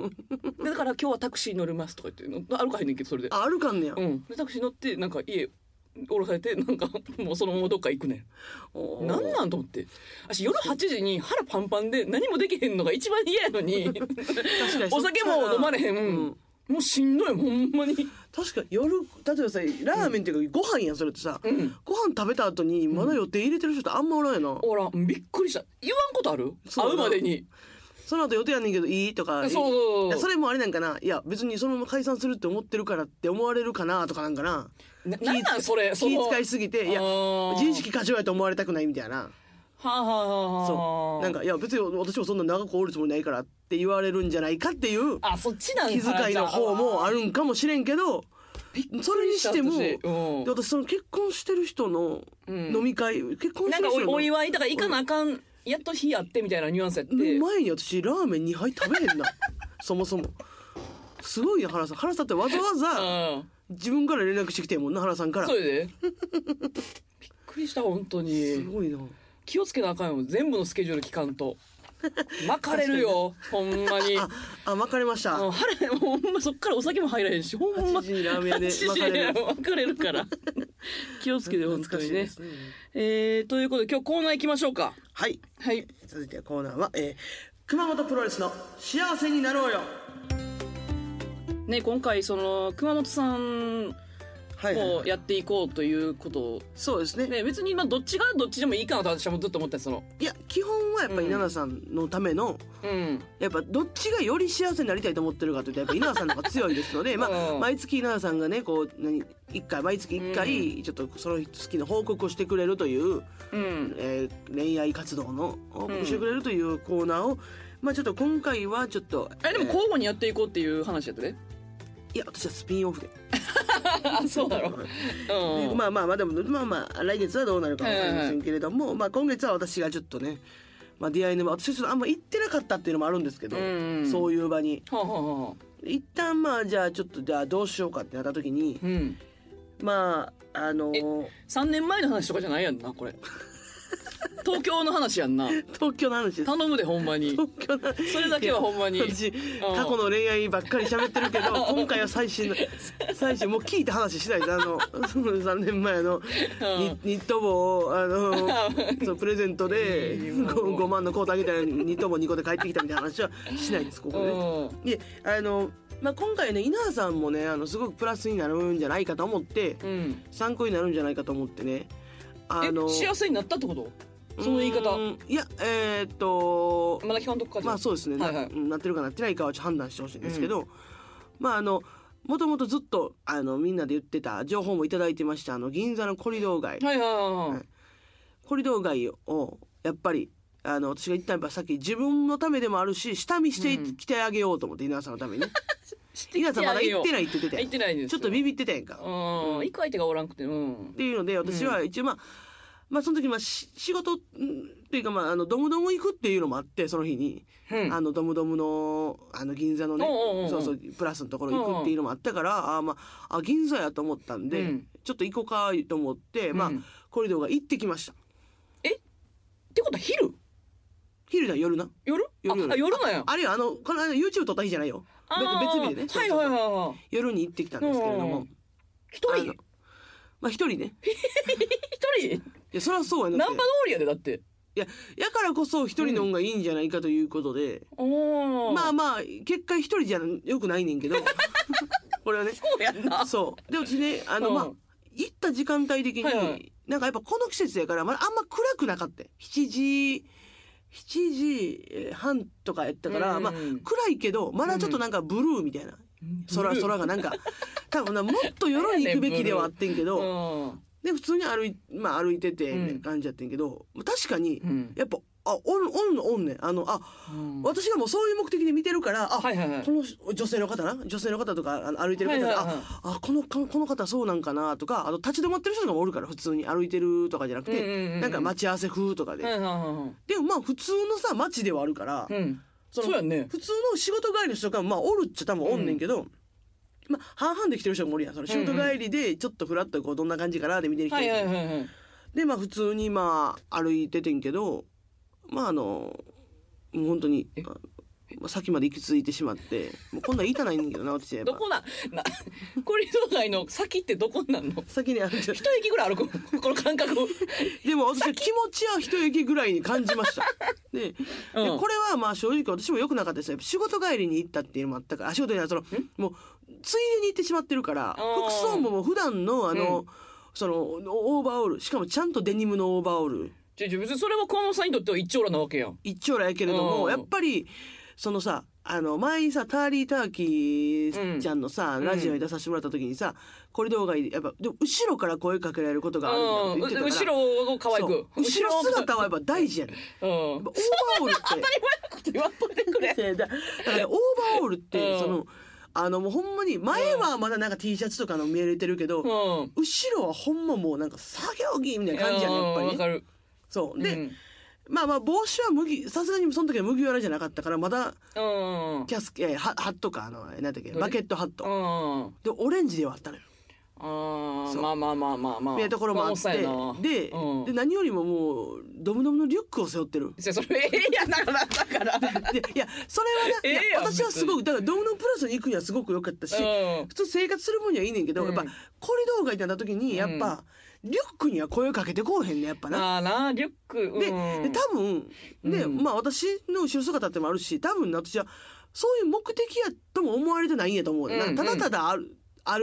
Speaker 1: だから今日はタクシー乗りますとか言って歩かへんねんけどそれで
Speaker 2: あ歩かんねや、
Speaker 1: うん、でタクシー乗ってなんか家降ろされてなんかもうそのままどっか行くね
Speaker 2: お
Speaker 1: ん
Speaker 2: ー
Speaker 1: なんなんと思って私夜8時に腹パンパンで何もできへんのが一番嫌やの に
Speaker 2: 確かに
Speaker 1: お酒も飲まれへん、
Speaker 2: うん
Speaker 1: もうしんどいほんまに
Speaker 2: 確かに夜例えばさラーメンっていうかご飯やんそれってさ、
Speaker 1: うん
Speaker 2: ご飯食べた後にまだ予定入れてる人ってあんまおらんやな、
Speaker 1: おらびっくりした言わんことある
Speaker 2: そう
Speaker 1: 会うまでに
Speaker 2: その後予定やねんけどいいと
Speaker 1: そう
Speaker 2: か
Speaker 1: そう
Speaker 2: いや
Speaker 1: そ
Speaker 2: そうれもあれなんかないや別にそのまま解散するって思ってるからって思われるかなとかなんかな
Speaker 1: ななんなんそれ
Speaker 2: 気
Speaker 1: その
Speaker 2: 遣いすぎていや
Speaker 1: あー
Speaker 2: 自意識過剰やと思われたくないみたいな
Speaker 1: はあはあはあは
Speaker 2: そう
Speaker 1: あ
Speaker 2: なんかいや別に私もそんな長くおるつもりないからって言われるんじゃないかっていう
Speaker 1: あそっちなん
Speaker 2: 気遣いの方もあるんかもしれんけどそれにしても
Speaker 1: びっくりした私うん
Speaker 2: で私その結婚してる人の
Speaker 1: うん
Speaker 2: 飲み会、結婚し
Speaker 1: な
Speaker 2: て
Speaker 1: ん
Speaker 2: る
Speaker 1: か
Speaker 2: 人
Speaker 1: おお
Speaker 2: の
Speaker 1: 祝いだから行かなあかんやっと日やってみたいなニュアンスやって
Speaker 2: 前に私ラーメン2杯食べへんなそもそもすごいな原さん原さんってわざわざ
Speaker 1: うん
Speaker 2: 自分から連絡してきてんもんな原さんから
Speaker 1: それでびっくりした本当
Speaker 2: す
Speaker 1: に
Speaker 2: ごいな
Speaker 1: 気をつけなあかんよ全部のスケジュール聞かん と巻かれるよほんまに
Speaker 2: ああ分かれました
Speaker 1: もう腹もうほんまそっからお酒も入らへんしほんま
Speaker 2: 8時にラーメン屋で
Speaker 1: 8時
Speaker 2: 別れる
Speaker 1: に分かれるから気をつけて本当
Speaker 2: 懐か
Speaker 1: に
Speaker 2: しい
Speaker 1: ね
Speaker 2: ですね
Speaker 1: えー、ということで今日コーナー行きましょうか
Speaker 2: はい
Speaker 1: はい
Speaker 2: 続いてコーナーは、えー熊本プロレスの幸せになろうよ
Speaker 1: ね今回その熊本さん
Speaker 2: はいはい
Speaker 1: をやっていこうということを
Speaker 2: そうですね
Speaker 1: ね別にまあどっちがどっちでもいいかなと私はもうずっと思ってたその
Speaker 2: いや基本はやっぱり稲田さんのための、
Speaker 1: うん
Speaker 2: やっぱどっちがより幸せになりたいと思ってるかというとやっぱ稲田さんの方が強いで すので、まあ
Speaker 1: うん
Speaker 2: 毎月稲田さんがねこう何一回毎月一回ちょっとその月の報告をしてくれるという、
Speaker 1: うん
Speaker 2: えー恋愛活動の報告してくれるというコーナーを、まあちょっと今回はちょっと
Speaker 1: えでも
Speaker 2: えー
Speaker 1: 交互にやっていこうっていう話やったね
Speaker 2: いや私はスピンオフで、
Speaker 1: あそうだろうん、
Speaker 2: でまあまあまあでもまあまあ来月はどうなるかわかりませんけれども、まあ今月は私がちょっとねまあ出会いの場私ちょっとあんま行ってなかったっていうのもあるんですけど、
Speaker 1: うんうん
Speaker 2: そういう場に
Speaker 1: はあ、はあはあ、
Speaker 2: 一旦まあじゃあちょっとじゃあどうしようかってなった時に
Speaker 1: うん
Speaker 2: まああの
Speaker 1: 3年前の話とかじゃないやんなこれ東京の話やんな
Speaker 2: 東京の話です
Speaker 1: 頼むでほんまに
Speaker 2: 東京の話
Speaker 1: それだけはほんま に
Speaker 2: 私過去の恋愛ばっかり喋ってるけど今回は最 新の最新もう聞いて話しないですあのその3年前のニニット帽をあのそうプレゼントで
Speaker 1: いいもう
Speaker 2: 5, 万のコートあげたらニット帽2個で帰ってきたみたいな話はしないですここで
Speaker 1: う
Speaker 2: ね。であのまあ、今回ね稲田さんもねあのすごくプラスになるんじゃないかと思って、
Speaker 1: ん、うん、
Speaker 2: 参考になるんじゃないかと思ってねあ
Speaker 1: え
Speaker 2: の
Speaker 1: 幸せになったってことその言い方
Speaker 2: うーんいやえーっと
Speaker 1: まだ聞かんとこかじゃ
Speaker 2: まあそうですね、な
Speaker 1: はいはい
Speaker 2: うんなってるかなってないかはちょっと判断してほしいんですけど、まああのもともとずっとあのみんなで言ってた情報もいただいてましたあの銀座のコリドー街、
Speaker 1: はいはいはいはい
Speaker 2: コリドー街をやっぱりあの私が言ったやっぱさっき自分のためでもあるし下見して
Speaker 1: うん
Speaker 2: きてあげようと思って、稲田さんのために ね
Speaker 1: 知ってきて
Speaker 2: 稲田さんまだ行って
Speaker 1: ない
Speaker 2: ないって言ってたや
Speaker 1: 行
Speaker 2: ん
Speaker 1: ってないんです
Speaker 2: ちょっとビビってたやんか、
Speaker 1: うん行く相手がおらんくてうん
Speaker 2: っていうので私は一応まあ、まあその時まあし仕事んっていうかまああのドムドム行くっていうのもあってその日に、
Speaker 1: うん
Speaker 2: あのドムドムのあの銀座のね
Speaker 1: おうおうおう
Speaker 2: そうそうプラスのところ行くっていうのもあったから、あーまああ銀座やと思ったんで、
Speaker 1: うん
Speaker 2: ちょっと行こうかと思って、まあ
Speaker 1: うん
Speaker 2: コリドーが行ってきました
Speaker 1: ってことは昼
Speaker 2: 昼だ夜な
Speaker 1: 夜
Speaker 2: 夜夜
Speaker 1: ああ夜なんや
Speaker 2: あれよあのこの間 YouTube 撮った日じゃないよべ
Speaker 1: あー
Speaker 2: 別日でねそう
Speaker 1: はい
Speaker 2: そう
Speaker 1: はい
Speaker 2: そ
Speaker 1: は
Speaker 2: う
Speaker 1: いはい
Speaker 2: 夜に行ってきたんですけれど
Speaker 1: う
Speaker 2: も
Speaker 1: ん一
Speaker 2: あ
Speaker 1: 人
Speaker 2: のまあ一人ね
Speaker 1: 一人
Speaker 2: いやそりゃそうや
Speaker 1: ナ
Speaker 2: な
Speaker 1: ン
Speaker 2: っ
Speaker 1: パ
Speaker 2: て
Speaker 1: 通りやでだって
Speaker 2: いややからこそ一人の方がいいんじゃないかということで、
Speaker 1: おお
Speaker 2: まあまあ結果一人じゃよくないね んけどこれはね
Speaker 1: そうやんな
Speaker 2: そうで私ねあ
Speaker 1: う
Speaker 2: の
Speaker 1: ん
Speaker 2: まあ行った時間帯的に、
Speaker 1: はいはい
Speaker 2: なんかやっぱこの季節やからまだあんま暗くなかったよ7時7時えー半とかやったから、
Speaker 1: うん
Speaker 2: まあ暗いけどまだちょっとなんかブルーみたいな、空空 がなんか多分なもっと夜に行くべきではあってんけど、
Speaker 1: うん
Speaker 2: で普通に歩い,、まあ、歩いてて
Speaker 1: うん
Speaker 2: みたいな感じやってんけど、確かに
Speaker 1: うん
Speaker 2: やっぱあおんおんのおんねんあのあ
Speaker 1: うん
Speaker 2: 私がもうそういう目的で見てるからあ、
Speaker 1: はいはいはい
Speaker 2: この女性の方な女性の方とかあの歩いてる方で、
Speaker 1: はいはいはい
Speaker 2: ああこのこのこの方そうなんかなとかあと立ち止まってる人とかもおるから普通に歩いてるとかじゃなく
Speaker 1: う
Speaker 2: て、
Speaker 1: んうんうん
Speaker 2: なんか待ち合わせ風とかで、
Speaker 1: はいはいは
Speaker 2: でもまあ普通のさ街ではあるから、
Speaker 1: いはいうん
Speaker 2: その
Speaker 1: そうやんね
Speaker 2: 普通の仕事帰りの人がまあおるっちゃ多分おんねんけど、まあ半々で来てる人もおるやんその仕事帰りでちょっとフラッとこうどんな感じかなで見てる人
Speaker 1: はいい
Speaker 2: る
Speaker 1: はいはいはい
Speaker 2: でまあ普通にまあ歩いててんけどまああのもう本当に
Speaker 1: え
Speaker 2: あまあ先まで行き着いてしまってもうこんなん言いたないねんだけどな私はやっ
Speaker 1: ど
Speaker 2: ぱ
Speaker 1: こな、な、 コリドー街の先ってどこなんの
Speaker 2: 先に歩いて
Speaker 1: 一駅ぐらい歩く、この 感覚。
Speaker 2: でも私は気持ちは一息ぐらいに感じま したでで
Speaker 1: うん
Speaker 2: これはまあ正直私も良くなかったですよやっぱ仕事帰りに行ったっていうのもあったからあ仕事じゃないそのもうついでに行ってしまってるから
Speaker 1: あー
Speaker 2: 服装ももう普段のあの、
Speaker 1: う
Speaker 2: そのオーバーオールしかもちゃんとデニムのオーバーオール
Speaker 1: ちょちょ、別にそれは熊本さんにとっては一丁羅なわけやん。
Speaker 2: 一丁羅やけれども、
Speaker 1: うん
Speaker 2: やっぱりそのさあの前にさターリーターキーちゃんのさ、
Speaker 1: うん
Speaker 2: ラジオに出させてもらった時にさこれ動画やっぱでも後ろから声かけられることがある
Speaker 1: うん。
Speaker 2: みたいなこと言っ
Speaker 1: 後
Speaker 2: てたから。
Speaker 1: ろを可愛
Speaker 2: そう
Speaker 1: く。
Speaker 2: 後ろ姿はやっぱ大事やねん。やっ
Speaker 1: うん。当
Speaker 2: ぱオーバーオールって。
Speaker 1: たり前のこと言わんといて くれ。
Speaker 2: だからねオーバーオールって、
Speaker 1: うん
Speaker 2: そのあのもうほんまに前はまだなんか T シャツとかの見えれてるけど、
Speaker 1: うん。
Speaker 2: 後ろはほんまもうなんか作業着みたいな感じやねんやっぱり
Speaker 1: うんわ
Speaker 2: ね、
Speaker 1: かる。
Speaker 2: そう
Speaker 1: う
Speaker 2: で、
Speaker 1: ん
Speaker 2: まあまあ帽子は麦さすがにその時は麦わらじゃなかったからま
Speaker 1: う
Speaker 2: だ
Speaker 1: ん。
Speaker 2: キャスケハハットかあの何だっけ
Speaker 1: どれ
Speaker 2: バケットハット
Speaker 1: うん。
Speaker 2: でオレンジではあったのよ
Speaker 1: ああ
Speaker 2: そう
Speaker 1: まあまあまあまあまあ
Speaker 2: みたいなところもあって
Speaker 1: まあそう
Speaker 2: で,、
Speaker 1: やなうん
Speaker 2: で何よりももうドムドムのリュックを背負ってる
Speaker 1: じゃあそれええやんだからだから
Speaker 2: でいやそれはね、いや
Speaker 1: ええやん
Speaker 2: 私はすごくだからドムドムプラスに行くにはすごく良かったし、
Speaker 1: うん
Speaker 2: 普通生活する分にはいいねんけど、
Speaker 1: うん
Speaker 2: やっぱコリドー街になった時にやっぱ、リュックには声をかけてこうへんねやっぱな。
Speaker 1: まあなリュックうん
Speaker 2: でで多分ね、
Speaker 1: うん
Speaker 2: まあ私の後ろ姿ってもあるし多分私はそういう目的やとも思われてないんやと思うねんな、
Speaker 1: うんうん
Speaker 2: ただただ歩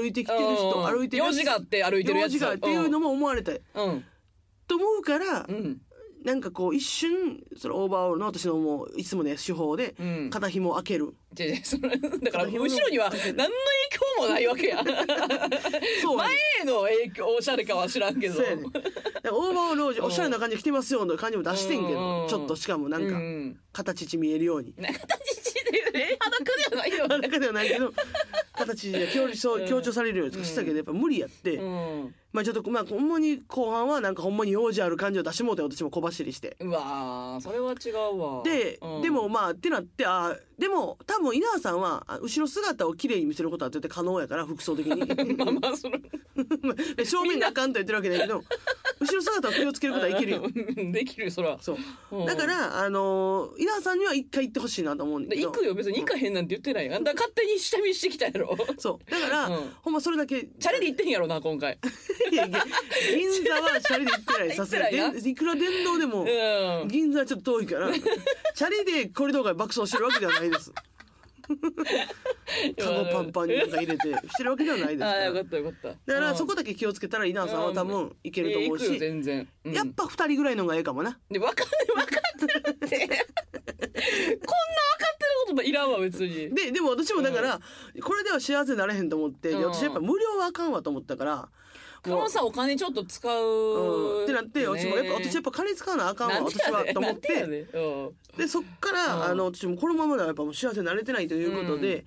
Speaker 2: 歩いてきてる人、
Speaker 1: うん
Speaker 2: 歩いてる
Speaker 1: 用事があって歩いてるやつ
Speaker 2: 用事があるっていうのも思われたい
Speaker 1: うん
Speaker 2: と思うから、
Speaker 1: うん
Speaker 2: なんかこう一瞬そのオーバーオールの私のもういつもね手法で
Speaker 1: うん
Speaker 2: 肩紐を 開ける、
Speaker 1: じゃあじゃあそ れだから
Speaker 2: 肩
Speaker 1: 後
Speaker 2: 紐の
Speaker 1: ろには何の影響もないわ けや
Speaker 2: そうやね
Speaker 1: 前の影響おしゃれかは知らんけど
Speaker 2: そうやねんだからオーバーオールをおしゃれな感じで着てますよの感じも出してんけ
Speaker 1: うんう
Speaker 2: ど
Speaker 1: ん
Speaker 2: ちょっとしかもな
Speaker 1: うん
Speaker 2: か
Speaker 1: ん
Speaker 2: 形ち見えるように
Speaker 1: 中田父でえ裸じゃないよね
Speaker 2: 中ではないけど形が強調強調されるようにとかしてたけどやっぱ無理やって、
Speaker 1: うん
Speaker 2: まあちょっとまあほんまに後半はなんかほんまに用事ある感じを出してもうて私も小走りして。
Speaker 1: うわーそれは違うわ
Speaker 2: で、
Speaker 1: うん
Speaker 2: でもまあってなってあーでも多分稲葉さんはあ後ろ姿を綺麗に見せることは絶対可能やから服装的に
Speaker 1: まあまあその
Speaker 2: 正面にあかんと言ってるわけだけど後ろ姿を気をつけることはいけるよ
Speaker 1: うんできるよそら
Speaker 2: そう
Speaker 1: うん
Speaker 2: だから、あのー稲葉さんには一回行ってほしいなと思うんだ
Speaker 1: で
Speaker 2: けど
Speaker 1: 行くよ別に行かへんなんて言ってないよあんた勝手に下見してきたやろ
Speaker 2: そうだから、
Speaker 1: うん
Speaker 2: ほんまそれだけ
Speaker 1: チャリで行ってんやろな今回
Speaker 2: いやいや銀座はチャリで行ってないさす
Speaker 1: 行
Speaker 2: がに
Speaker 1: ってないな
Speaker 2: でいくら電動でも
Speaker 1: うん
Speaker 2: 銀座はちょっと遠いからチャリでコリドー街爆走してるわけではな いですカゴパンパンになんか入れてしてるわけではないで す
Speaker 1: あ
Speaker 2: か
Speaker 1: あ
Speaker 2: ら
Speaker 1: よかったよかった
Speaker 2: だからそこ
Speaker 1: で
Speaker 2: だけ気をつけたら稲葉さんは多分いけると思う
Speaker 1: 行くよ
Speaker 2: し、
Speaker 1: 全然、うん
Speaker 2: やっぱ二人ぐらいの方がええかもな
Speaker 1: で分かって分かってるってこんな分かってることいらんわ別に
Speaker 2: ででも私もだから、これでは幸せになれへんと思って、で
Speaker 1: うん
Speaker 2: 私やっぱ無料はあかんわと思ったから
Speaker 1: このさお金ちょっと使う、
Speaker 2: うんってなって、私もやっぱ私やっ
Speaker 1: ぱ
Speaker 2: ぱ金使わなあかんわ私はと思って
Speaker 1: なんでやねんうん
Speaker 2: でそっから、
Speaker 1: うん
Speaker 2: あの私もこのままではやっぱもう幸せになれてないということで、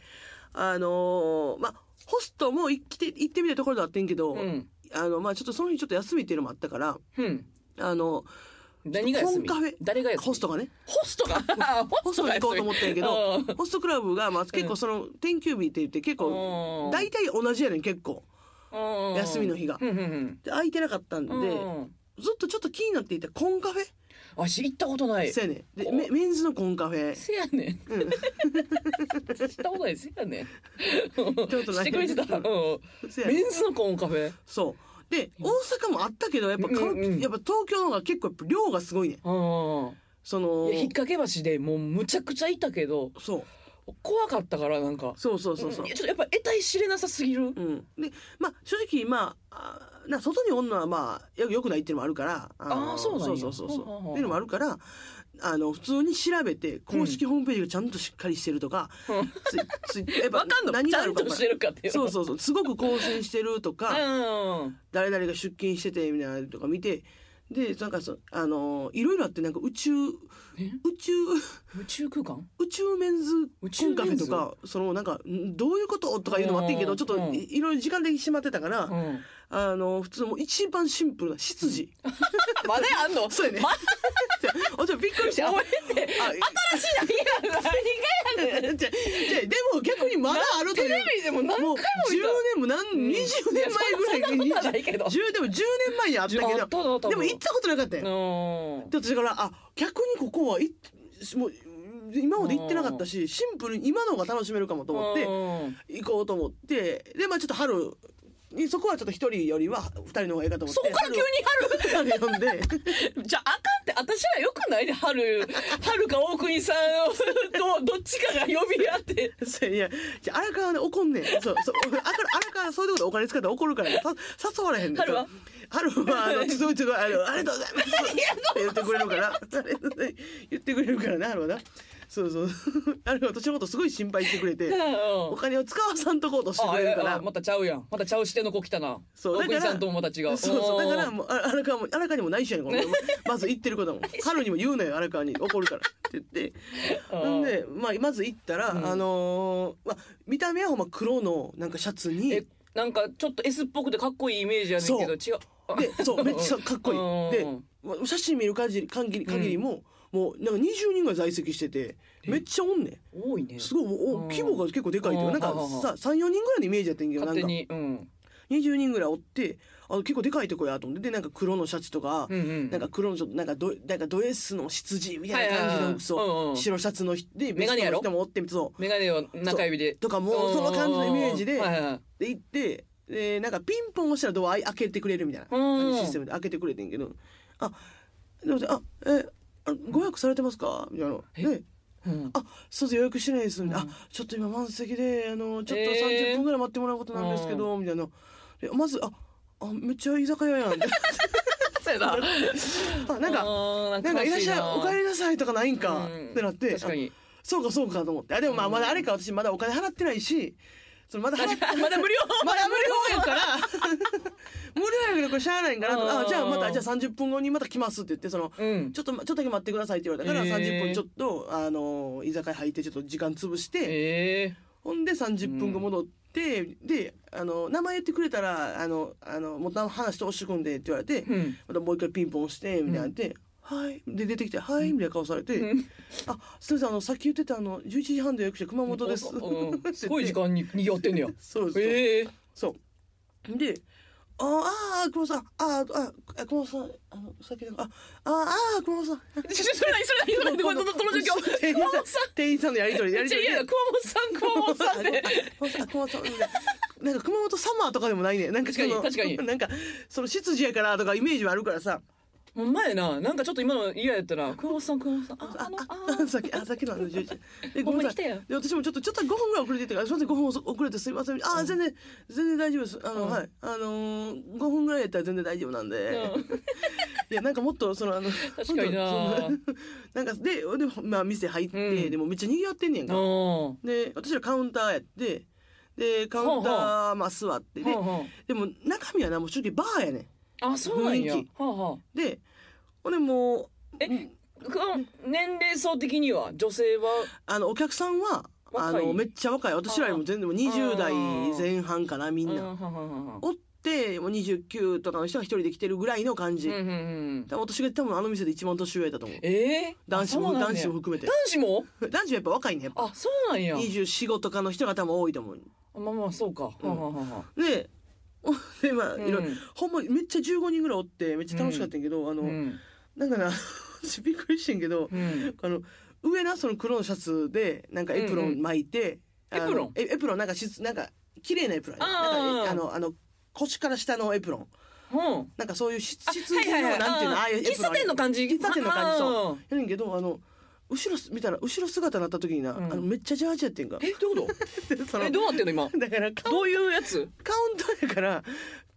Speaker 2: あのーまあホストも行って行ってみたいところではあってんけど、
Speaker 1: うん
Speaker 2: あのまあちょっとその日ちょっと休みっていうのもあったから
Speaker 1: うん
Speaker 2: あの
Speaker 1: 何が休み
Speaker 2: コンカフェ
Speaker 1: 誰が休み
Speaker 2: ホストがね
Speaker 1: ホストがホ
Speaker 2: ホ
Speaker 1: ス
Speaker 2: ス
Speaker 1: ト
Speaker 2: ト
Speaker 1: が休
Speaker 2: に
Speaker 1: み
Speaker 2: 行こうと思ったんやけど
Speaker 1: うん
Speaker 2: ホストクラブが、まあ、結構その天休日って言って結
Speaker 1: う
Speaker 2: 構
Speaker 1: ん
Speaker 2: 大体同じやねん結構
Speaker 1: うん
Speaker 2: 休みの日が
Speaker 1: うんうん
Speaker 2: で空いてなかったんで、
Speaker 1: うんうん
Speaker 2: ずっとちょっと気になっていたコンカフェ
Speaker 1: わし行ったことない
Speaker 2: せやねんでメメンズのコンカフェ
Speaker 1: せやねん
Speaker 2: うん
Speaker 1: したことないせやねんしてくれてた、うん、
Speaker 2: せやねん
Speaker 1: メンズのコーンカフェ
Speaker 2: そう。で、大阪もあったけど、やっぱ、か
Speaker 1: うんうん
Speaker 2: やっぱ東京の方が結構やっぱ量がすごいね。
Speaker 1: うん
Speaker 2: そ
Speaker 1: い
Speaker 2: の
Speaker 1: や、引っ掛け橋でもうむちゃくちゃいたけど
Speaker 2: そう。
Speaker 1: 怖かったからなんか
Speaker 2: そうそうそうそう
Speaker 1: いや。ちょっとやっぱ得体知れなさすぎる
Speaker 2: うん。で、まあ、正直、まあ、あな外におんのはまあ、よよくないっていうのもあるから。あの
Speaker 1: あーそうなんや
Speaker 2: そうそうそうそう。
Speaker 1: ほ
Speaker 2: っ
Speaker 1: うほうほう
Speaker 2: ていうのもあるから、あの、普通に調べて、公式ホームページがちゃんとしっかりしてるとか、
Speaker 1: うん
Speaker 2: ついついやっぱ
Speaker 1: わかんのちゃん
Speaker 2: か
Speaker 1: と
Speaker 2: 分か
Speaker 1: して
Speaker 2: らん
Speaker 1: るかっていう
Speaker 2: そうそうそう。すごく更新してる とか、
Speaker 1: うん
Speaker 2: 誰々が出勤しててみたいなのとか見てでなんかそあのーいろいろあってなんか宇宙宇
Speaker 1: え
Speaker 2: 宙
Speaker 1: 宇宙空間
Speaker 2: 宇宙メンズ
Speaker 1: 宇宙
Speaker 2: コ
Speaker 1: メ
Speaker 2: ン
Speaker 1: ンズ
Speaker 2: カフェとかそのなんかんどういうこととかいうのもあってんけ
Speaker 1: う
Speaker 2: ど
Speaker 1: ん
Speaker 2: ちょっと
Speaker 1: うん
Speaker 2: いいろいろ時間でしまってたから、
Speaker 1: うん
Speaker 2: あのー普通のもう一番シンプルな執事、
Speaker 1: まだあんの
Speaker 2: そうやね
Speaker 1: ま
Speaker 2: あちょっとびっくりしてあ
Speaker 1: お前って
Speaker 2: あ
Speaker 1: 新しい何や何がやねん
Speaker 2: じゃじゃでも逆にまだあると
Speaker 1: テ
Speaker 2: いう
Speaker 1: レビでも何回
Speaker 2: も
Speaker 1: も
Speaker 2: う10年も何20
Speaker 1: ん
Speaker 2: 年前ぐらい
Speaker 1: い
Speaker 2: に
Speaker 1: やそんなことはないけど
Speaker 2: 10でも10年前にあったけ
Speaker 1: いやあったあった
Speaker 2: どでも行ったことなかったよ
Speaker 1: 見たうん
Speaker 2: で私からあ逆にここはいっもう今まで行ってなかったしシンプルに今の方が楽しめるかもと思って
Speaker 1: うん
Speaker 2: 行こうと思ってでまあちょっと春にそこはちょっと一人よりは二人の方がいいかと思っ
Speaker 1: そ
Speaker 2: て
Speaker 1: こから急に
Speaker 2: 春を春呼んで
Speaker 1: じゃああかんって私らよくないで春春か大国さんをどどっちかが呼び合って
Speaker 2: そういやじゃあ荒川はね怒んねんそうそうあから荒川はそういうことお金使ったら怒るからさ誘われへんねん
Speaker 1: 春は
Speaker 2: 春 はあのちょっとちょっとあのありがとうございますって言ってくれるから ありがとうございます言ってくれるからな春はなそうそう 春は私のことすごい心配してくれて
Speaker 1: うん
Speaker 2: お金を使わさんとこうとしてくれるか
Speaker 1: ああ
Speaker 2: ら
Speaker 1: またちゃうやんまたちゃうしての子来たな
Speaker 2: そうだ
Speaker 1: 大
Speaker 2: から
Speaker 1: 国さんともまた違う
Speaker 2: そうそうだから
Speaker 1: ん
Speaker 2: もうあ荒川も荒川にも内緒やねん このまず行ってることも春にも言うなよ荒川に怒るからって言って
Speaker 1: うん
Speaker 2: なんで、まあ、まず行ったら、あのーまあ、見た目はほんま黒のなんかシャツに
Speaker 1: えなんかちょっと S っぽくてかっこいいイメージやねんけど違う
Speaker 2: でそうめっちゃかっこいいで
Speaker 1: うん
Speaker 2: まあ写真見る限り限り限りも、もうなんか20人が在籍しててめっちゃおんねん
Speaker 1: 多いね
Speaker 2: すごいもうお
Speaker 1: うん
Speaker 2: 規模が結構でかいというか
Speaker 1: ん
Speaker 2: なんか
Speaker 1: うん
Speaker 2: さ34人ぐらいのイメージやってんけどな
Speaker 1: 勝
Speaker 2: ん
Speaker 1: 手
Speaker 2: か
Speaker 1: にうん
Speaker 2: 20人ぐらいおってあ結構でかいとこやと思ってでなんか黒のシャツとか、
Speaker 1: うんうん
Speaker 2: なんか黒のちょっとなんかドなんかド S の羊みたいな
Speaker 1: はいはい
Speaker 2: 感
Speaker 1: は
Speaker 2: じ
Speaker 1: い
Speaker 2: のそ
Speaker 1: う
Speaker 2: う
Speaker 1: んうん
Speaker 2: 白シャツの人で
Speaker 1: メガネやろ
Speaker 2: ベストの人もおってそう
Speaker 1: メガネを中指で。
Speaker 2: とかも
Speaker 1: うん
Speaker 2: その感じのイメージで
Speaker 1: はいはい
Speaker 2: で行ってでなんかピンポン押したらドア開けてくれるみたいな
Speaker 1: うん
Speaker 2: システムで開けてくれてんけど「あでもあえあご予約されてますか?」みたいな「
Speaker 1: え
Speaker 2: で
Speaker 1: うん
Speaker 2: あそうです予約してないです」みたいな
Speaker 1: う
Speaker 2: あ
Speaker 1: ん
Speaker 2: ちょっと今満席であのちょっと
Speaker 1: えー
Speaker 2: 30分ぐらい待ってもらうことなんですけど」みたいなでまず「ああめっちゃ居酒屋 やん」みたい
Speaker 1: そうやな。
Speaker 2: なあなんか
Speaker 1: あー
Speaker 2: なんかいらっしゃい
Speaker 1: 懐
Speaker 2: お
Speaker 1: か
Speaker 2: 帰
Speaker 1: し
Speaker 2: りなさいとかないん
Speaker 1: な
Speaker 2: かってなって
Speaker 1: 確かに。
Speaker 2: あそうかそうかと思ってあでもまあ
Speaker 1: うん
Speaker 2: まだあれか私まだお金払ってないしそのまだ払っ
Speaker 1: 確か にまだ無料
Speaker 2: まだ無料やから無料やけどこれしゃあないんかなと
Speaker 1: うん
Speaker 2: あじゃあまたじゃあ30分後にまた来ますって言ってその
Speaker 1: うん。
Speaker 2: ちょっとまちょっとだけ待ってくださいって言われたから
Speaker 1: へー
Speaker 2: 30分ちょっとあの居酒屋入ってちょっと時間潰して
Speaker 1: え
Speaker 2: ほんで30分後戻ってであの名前言ってくれたらあのあのもう話して押してくんでって言われて
Speaker 1: え。うん。
Speaker 2: またもう一回ピンポン押してみたいなんで。はい。で、出てきて、はい、みたいな顔されて、
Speaker 1: うん
Speaker 2: あ、すみません、あの、さっき言ってた、あの、11時半で予約して熊本です。
Speaker 1: うんすごい時間に賑わってんねや。
Speaker 2: そうそう。
Speaker 1: ええ。
Speaker 2: そう。で、ああー、熊本さん、あーあ、あ、熊本さん、あの、さっきの、あ、ああー、熊 本さん。
Speaker 1: ちょそれ何それ何それ何このこの 状況。
Speaker 2: 店員さん、店員さんのやりとり、や
Speaker 1: めっ
Speaker 2: り
Speaker 1: ちゃ
Speaker 2: とりで。
Speaker 1: 嫌だ。熊本さん、熊本さんって。
Speaker 2: あ熊本さんみたいななんか熊本サマーとかでもないね。なんかその
Speaker 1: 確かに確かに
Speaker 2: なんか、その、執事やからとかイメージはあるからさ、
Speaker 1: ほんまやな。なんかちょっと今の嫌やったら、熊本さん、熊本さん。あ、あ
Speaker 2: あ
Speaker 1: の、あ
Speaker 2: あ、さっき、あ、さっきのあの、11時。で
Speaker 1: ほんまに来
Speaker 2: さ
Speaker 1: た
Speaker 2: い。
Speaker 1: よ。
Speaker 2: で、私もちょっと、ちょっと5分ぐらい遅れてたから、すみません、5分遅遅れてすみません。あ、全然、全然大丈夫です。あの、
Speaker 1: うん
Speaker 2: はい。あのー、5分ぐらいやったら全然大丈夫なん
Speaker 1: う
Speaker 2: で。
Speaker 1: ん
Speaker 2: いやなんかもっとそのあの
Speaker 1: 確かにな
Speaker 2: もっとその なんかででもまあ店入って、
Speaker 1: うん
Speaker 2: でもめっちゃ賑わってんねんか、
Speaker 1: うん。
Speaker 2: で私らカウンターやってでカウンタ
Speaker 1: はあ
Speaker 2: ーまあ座ってで
Speaker 1: はあは
Speaker 2: でも中身はなもう正直バーやねん
Speaker 1: あ、あそうなんや。
Speaker 2: 雰
Speaker 1: は
Speaker 2: 囲
Speaker 1: あはあ。
Speaker 2: でほんでもう
Speaker 1: え
Speaker 2: うん
Speaker 1: く年齢層的には女性は
Speaker 2: あのお客さんはあ
Speaker 1: 若
Speaker 2: の
Speaker 1: い
Speaker 2: めっちゃ若い私らよりも全然もう
Speaker 1: あ
Speaker 2: 20代
Speaker 1: ー
Speaker 2: 前半かなみん
Speaker 1: う
Speaker 2: な
Speaker 1: はははは
Speaker 2: おってもう29とかの人が一人で来てるぐらいの感じ、
Speaker 1: うんうんうん
Speaker 2: 多分私が多分あの店で一番年上やったと思う
Speaker 1: えー、
Speaker 2: 男子
Speaker 1: あそ
Speaker 2: も
Speaker 1: うなん
Speaker 2: 男
Speaker 1: や
Speaker 2: 子も含めて
Speaker 1: 男子も
Speaker 2: 男子はやっぱ若いねやっぱ
Speaker 1: あそうなんや
Speaker 2: 245とかの人が多分多いと思う
Speaker 1: まあまあそうか、はあはあはあはあ
Speaker 2: で おでまあ
Speaker 1: うん
Speaker 2: いろいろほんまめっちゃ15人ぐらいおってめっちゃ楽しかったんやけど、あの、
Speaker 1: うん
Speaker 2: なんかな 私びっくりしてんけど、
Speaker 1: うん
Speaker 2: あの上なその黒のシャツでなんかエプロン巻いて、
Speaker 1: うんうん
Speaker 2: あの
Speaker 1: エプロン
Speaker 2: えエプロンなんかしつなんか綺麗なエプロンやね
Speaker 1: あー
Speaker 2: なんかえあのあの腰から下のエプロン
Speaker 1: うん
Speaker 2: なんかそういうし
Speaker 1: あ
Speaker 2: 質のなんていうのああいうエプロン
Speaker 1: 喫茶店の感じ
Speaker 2: 喫茶店の感じ
Speaker 1: そ
Speaker 2: やねんけどあの後ろす見たら後ろ姿になった時にな、
Speaker 1: うん
Speaker 2: あのめっちゃジャージやってんか
Speaker 1: えどういうこ
Speaker 2: で そ
Speaker 1: と
Speaker 2: の
Speaker 1: えどうなってんの今
Speaker 2: だから顔
Speaker 1: どういうやつ
Speaker 2: カウンターやから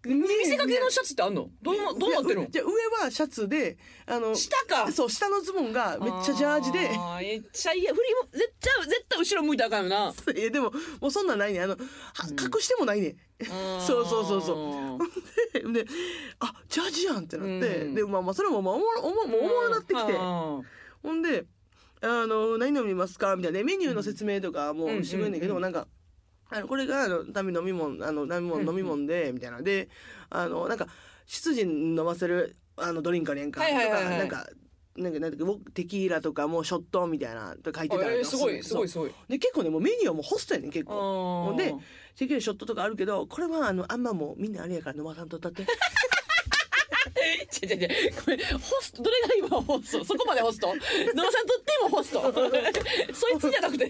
Speaker 2: 見
Speaker 1: 見せかけのシャツってあんのどうなどうなってるの
Speaker 2: じゃあ上はシャツであの
Speaker 1: 下か
Speaker 2: そう下のズボンがめっちゃジャージで
Speaker 1: あーめっちゃいや振りも絶対絶対後ろ向いたらあかんよな
Speaker 2: いやでももうそんなんないねんあのは隠してもないねん、 そうそうそうそう
Speaker 1: うん
Speaker 2: であジャージやんってなって、
Speaker 1: うん
Speaker 2: でまあまあそれもまあおもろおももうおもろなってきて、
Speaker 1: うん
Speaker 2: ほんであの何飲みますかみたいなねメニューの説明とかもしてくれんねんけど、
Speaker 1: うんうん
Speaker 2: なんかあのこれがあのため飲み物あの飲
Speaker 1: うんう
Speaker 2: み物
Speaker 1: ん
Speaker 2: 飲み物で、みたいなであのなんか執事に飲ませるあのドリンクあれやんか、
Speaker 1: はいはいはい
Speaker 2: と
Speaker 1: はい
Speaker 2: かなんかなんかなんかテキーラとかもうショットみたいなと書いてたりとか
Speaker 1: えーすご
Speaker 2: るね
Speaker 1: い
Speaker 2: ん
Speaker 1: すごい
Speaker 2: そ
Speaker 1: すごいう
Speaker 2: で結構ねもうメニューはもうホストやねん結構
Speaker 1: ほ
Speaker 2: んでテキーラショットとかあるけどこれはあのあんまもうみんなあれやから飲まさんとったって
Speaker 1: ちょちょちょこれホストどれが今ホストそこまでホスト野呂さんとってもホス トそいつじゃなくて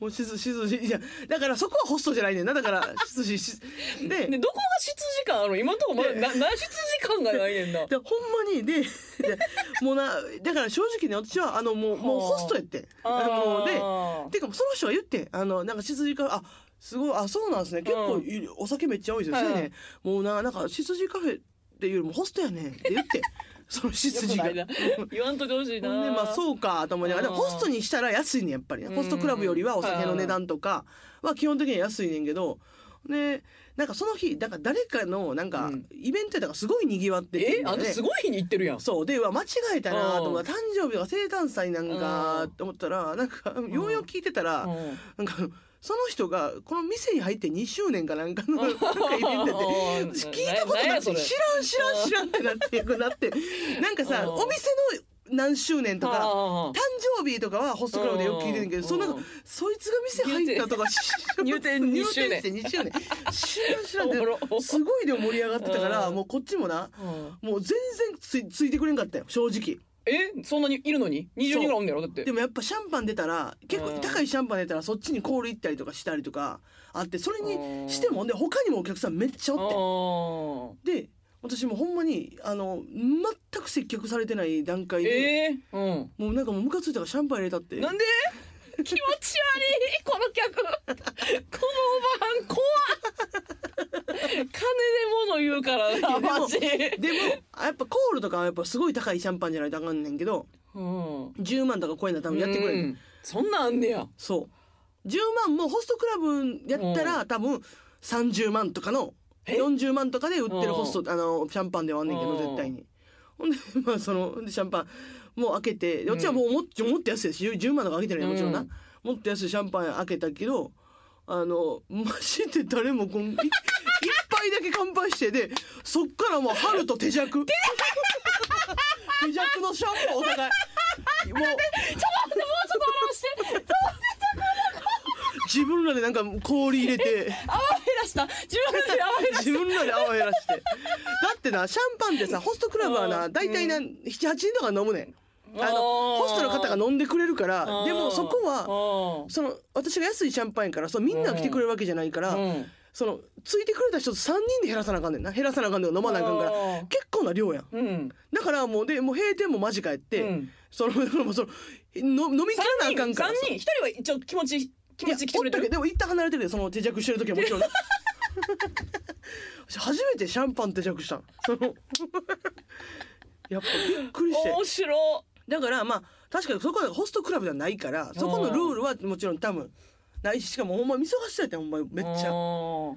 Speaker 2: もうしずしずしいやだからそこはホストじゃないねんなだからしずしし で
Speaker 1: でどこが出時間あるの今のところまだなな出時間がないねんな
Speaker 2: でほんまにででもうなだから正直ね私はあのもうもう
Speaker 1: はあ
Speaker 2: ホストやってんあのでてかもうその人が言ってんあのなんか羊かあすごいあそうなんですね結構
Speaker 1: うん
Speaker 2: いお酒めっちゃ多いですよ、
Speaker 1: はいはい
Speaker 2: そうやねもうななんか羊カフェっていうよりもホストやねんって言 ってんその羊
Speaker 1: 筋
Speaker 2: が。
Speaker 1: が
Speaker 2: ほんで
Speaker 1: 言わんといてほしいな
Speaker 2: まあそうかと思いながらでも
Speaker 1: うん
Speaker 2: ホストにしたら安いねんやっぱりね
Speaker 1: うん
Speaker 2: ホストクラブよりはお酒の値段とかは基本的には安いねんけどでなんかその日だから誰かのなんか
Speaker 1: うん
Speaker 2: イベントやったからすごいにぎわってて、
Speaker 1: えあんたすごい日に行ってるやん
Speaker 2: そうでうわ間違えたなと思った誕生日とか生誕祭なん
Speaker 1: う
Speaker 2: か
Speaker 1: ん
Speaker 2: と思ったらなんかようよく聞いてたら
Speaker 1: うん
Speaker 2: なんかその人がこの店に入って2周年かなんかのなんかイベントで。
Speaker 1: うん
Speaker 2: 私聞いたこと
Speaker 1: ななん
Speaker 2: な
Speaker 1: や
Speaker 2: く
Speaker 1: そ
Speaker 2: て
Speaker 1: れ
Speaker 2: 知らん知らん知らんってなってなってなんかさ
Speaker 1: うん
Speaker 2: お店の何周年とか
Speaker 1: ああ
Speaker 2: 誕生日とかはホストクラブでよく聞いてるけど
Speaker 1: うん
Speaker 2: そんな
Speaker 1: うん
Speaker 2: そいつが店入ったとか
Speaker 1: 入店2周 年
Speaker 2: 入店して2周年知らん知ら ん
Speaker 1: おもろ
Speaker 2: でもすごいでも盛り上がってたから
Speaker 1: うん
Speaker 2: もうこっちもな
Speaker 1: うん
Speaker 2: もう全然ついついてくれんかったよ正直
Speaker 1: えそんなにいるのに20人ぐらいおんねやろだって
Speaker 2: でもやっぱシャンパン出たら結
Speaker 1: う
Speaker 2: 構
Speaker 1: ん
Speaker 2: 高いシャンパン出たらそっちにコール行ったりとかしたりとかあってそれ
Speaker 1: うん
Speaker 2: にしてもで他にもお客さんめっちゃおって
Speaker 1: あ
Speaker 2: で私もほんまにあの全く接客されてない段階
Speaker 1: ー
Speaker 2: で、
Speaker 1: えーうん
Speaker 2: もうなんかもうムカついたからシャンパン入れたって
Speaker 1: なんで気持ち悪いこの客このおばはん怖っ金で物言うからなマジ
Speaker 2: でもあやっぱコールとかはやっぱすごい高いシャンパンじゃないとあかんねんけど
Speaker 1: うん
Speaker 2: 10万とか超えな多分やってくれる、
Speaker 1: うんそんなんあんねや
Speaker 2: そう10万もホストクラブやったら多分30万とかの
Speaker 1: え
Speaker 2: 40万とかで売ってるホストあのシャンパンではあんねんけ
Speaker 1: う
Speaker 2: ど
Speaker 1: ん
Speaker 2: 絶対にほんで まあそのでシャンパンもう開けてうちはもうもっともっと安いし10万とか開けてないもちろんな、
Speaker 1: うん
Speaker 2: もっと安いシャンパン開けたけどあのマジで誰もこんい 一杯だけ乾杯してでそっからもう春と手酌手酌のシャンパンお互いもう
Speaker 1: ちょっと笑わして
Speaker 2: 自分らでなんか氷入れて
Speaker 1: 泡減らした自分で泡減らし
Speaker 2: 自分らで泡減らしてだってなシャンパンってさホストクラブは
Speaker 1: う
Speaker 2: なん大体な78人とか飲むねんあの
Speaker 1: あー
Speaker 2: ホストの方が飲んでくれるから
Speaker 1: た
Speaker 2: でもそこは
Speaker 1: は
Speaker 2: その私が安いシャンパンやからそうみんなが来てくれるわけじゃないから、
Speaker 1: うん
Speaker 2: そのついてくれた人と3人で減らさなあかんねんな減らさなあかんねん飲まなあかんから
Speaker 1: うん
Speaker 2: 結構な量やん
Speaker 1: うん
Speaker 2: だからもうでもう閉店も間近やって、
Speaker 1: うん
Speaker 2: そのもうそのの飲みきらなあかんから
Speaker 1: 三
Speaker 2: さ
Speaker 1: 人一人は一応気持ち気持ち来てくれて
Speaker 2: いやお
Speaker 1: る
Speaker 2: ったけどでも一旦離れてるよその手酌してる時はもちろん 初めてシャンパン手酌したの そのやっぱびっくりして
Speaker 1: 面白
Speaker 2: だからまあ確かにそこはホストクラブじゃないからそこのルールはもちろん多分ないししかもほんま見過ごしてたやったほんまめっち
Speaker 1: あ
Speaker 2: ゃ
Speaker 1: ー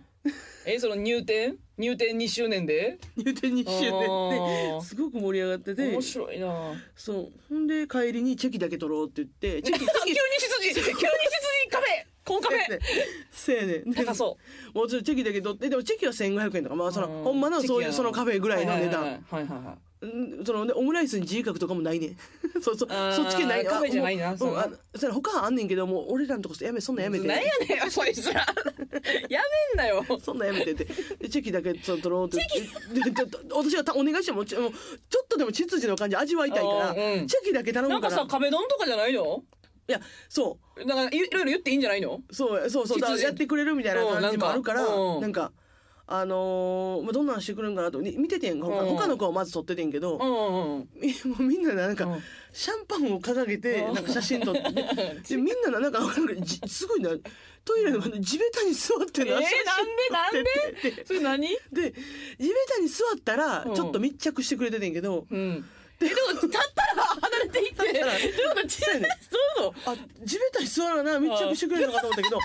Speaker 1: えその入店入店2周年で
Speaker 2: 入店2周年
Speaker 1: あ
Speaker 2: で
Speaker 1: ー
Speaker 2: すごく盛り上がってて
Speaker 1: 面白いなぁ
Speaker 2: そうほんで帰りにチェキだけ取ろうって言ってチェキチェ
Speaker 1: 急に
Speaker 2: キ
Speaker 1: 羊急に羊カフェコンカフェ
Speaker 2: せやねん
Speaker 1: 高そ
Speaker 2: もうちょっとチェキだけ取ってでもチェキは1500円とかまあその
Speaker 1: うん
Speaker 2: ほんまのそういう
Speaker 1: チェキやな
Speaker 2: そのカフェぐ
Speaker 1: う
Speaker 2: らいの値段、
Speaker 1: はいはいはいはい
Speaker 2: うんそのねオムライスに自由角とかもないねん そうそう
Speaker 1: あー
Speaker 2: そっち系ない
Speaker 1: カフェじゃないな
Speaker 2: あもう
Speaker 1: そう
Speaker 2: うんあそれ他はあんねんけどもう俺らのとこやめそんなんやめて
Speaker 1: なんやねんそいつら やめんなよ
Speaker 2: そんなんやめてってでチェキだけちょっと取ろうってででで私がたお願いしてもちょもうちょっとでも秩序の感じ味わいたいから、
Speaker 1: あーうん
Speaker 2: チェキだけ頼
Speaker 1: なん
Speaker 2: むか
Speaker 1: からさ壁ドンとかじゃないの
Speaker 2: いやそ
Speaker 1: なんかいいろいろ言っていいんじゃないの
Speaker 2: うそうそうそうだか
Speaker 1: 秩
Speaker 2: ら
Speaker 1: 序
Speaker 2: やってくれるみたいな感じもあるから
Speaker 1: うん
Speaker 2: な
Speaker 1: なん
Speaker 2: かあのーまあどんなんしてくるんかなとに見ててん他
Speaker 1: うん
Speaker 2: 他の子はまず撮っててんけど、
Speaker 1: うんうんうん
Speaker 2: みもうみんななんか、
Speaker 1: うん
Speaker 2: シャンパンを掲げて
Speaker 1: うん
Speaker 2: なんか写真撮って ででみんななんかなんかじすごいなトイレの前で地べたに座って
Speaker 1: えー、
Speaker 2: な
Speaker 1: なんでな
Speaker 2: 写
Speaker 1: んで
Speaker 2: 真撮ってて
Speaker 1: それ何
Speaker 2: でで地べたに座ったら
Speaker 1: うん
Speaker 2: ちょっと密着してくれててんけど、
Speaker 1: うんえでも立ったら離れていってどういう
Speaker 2: ら
Speaker 1: ことち
Speaker 2: そうやね
Speaker 1: どういうこ
Speaker 2: あ地べたに座るな密着してくれるのかと思ったけど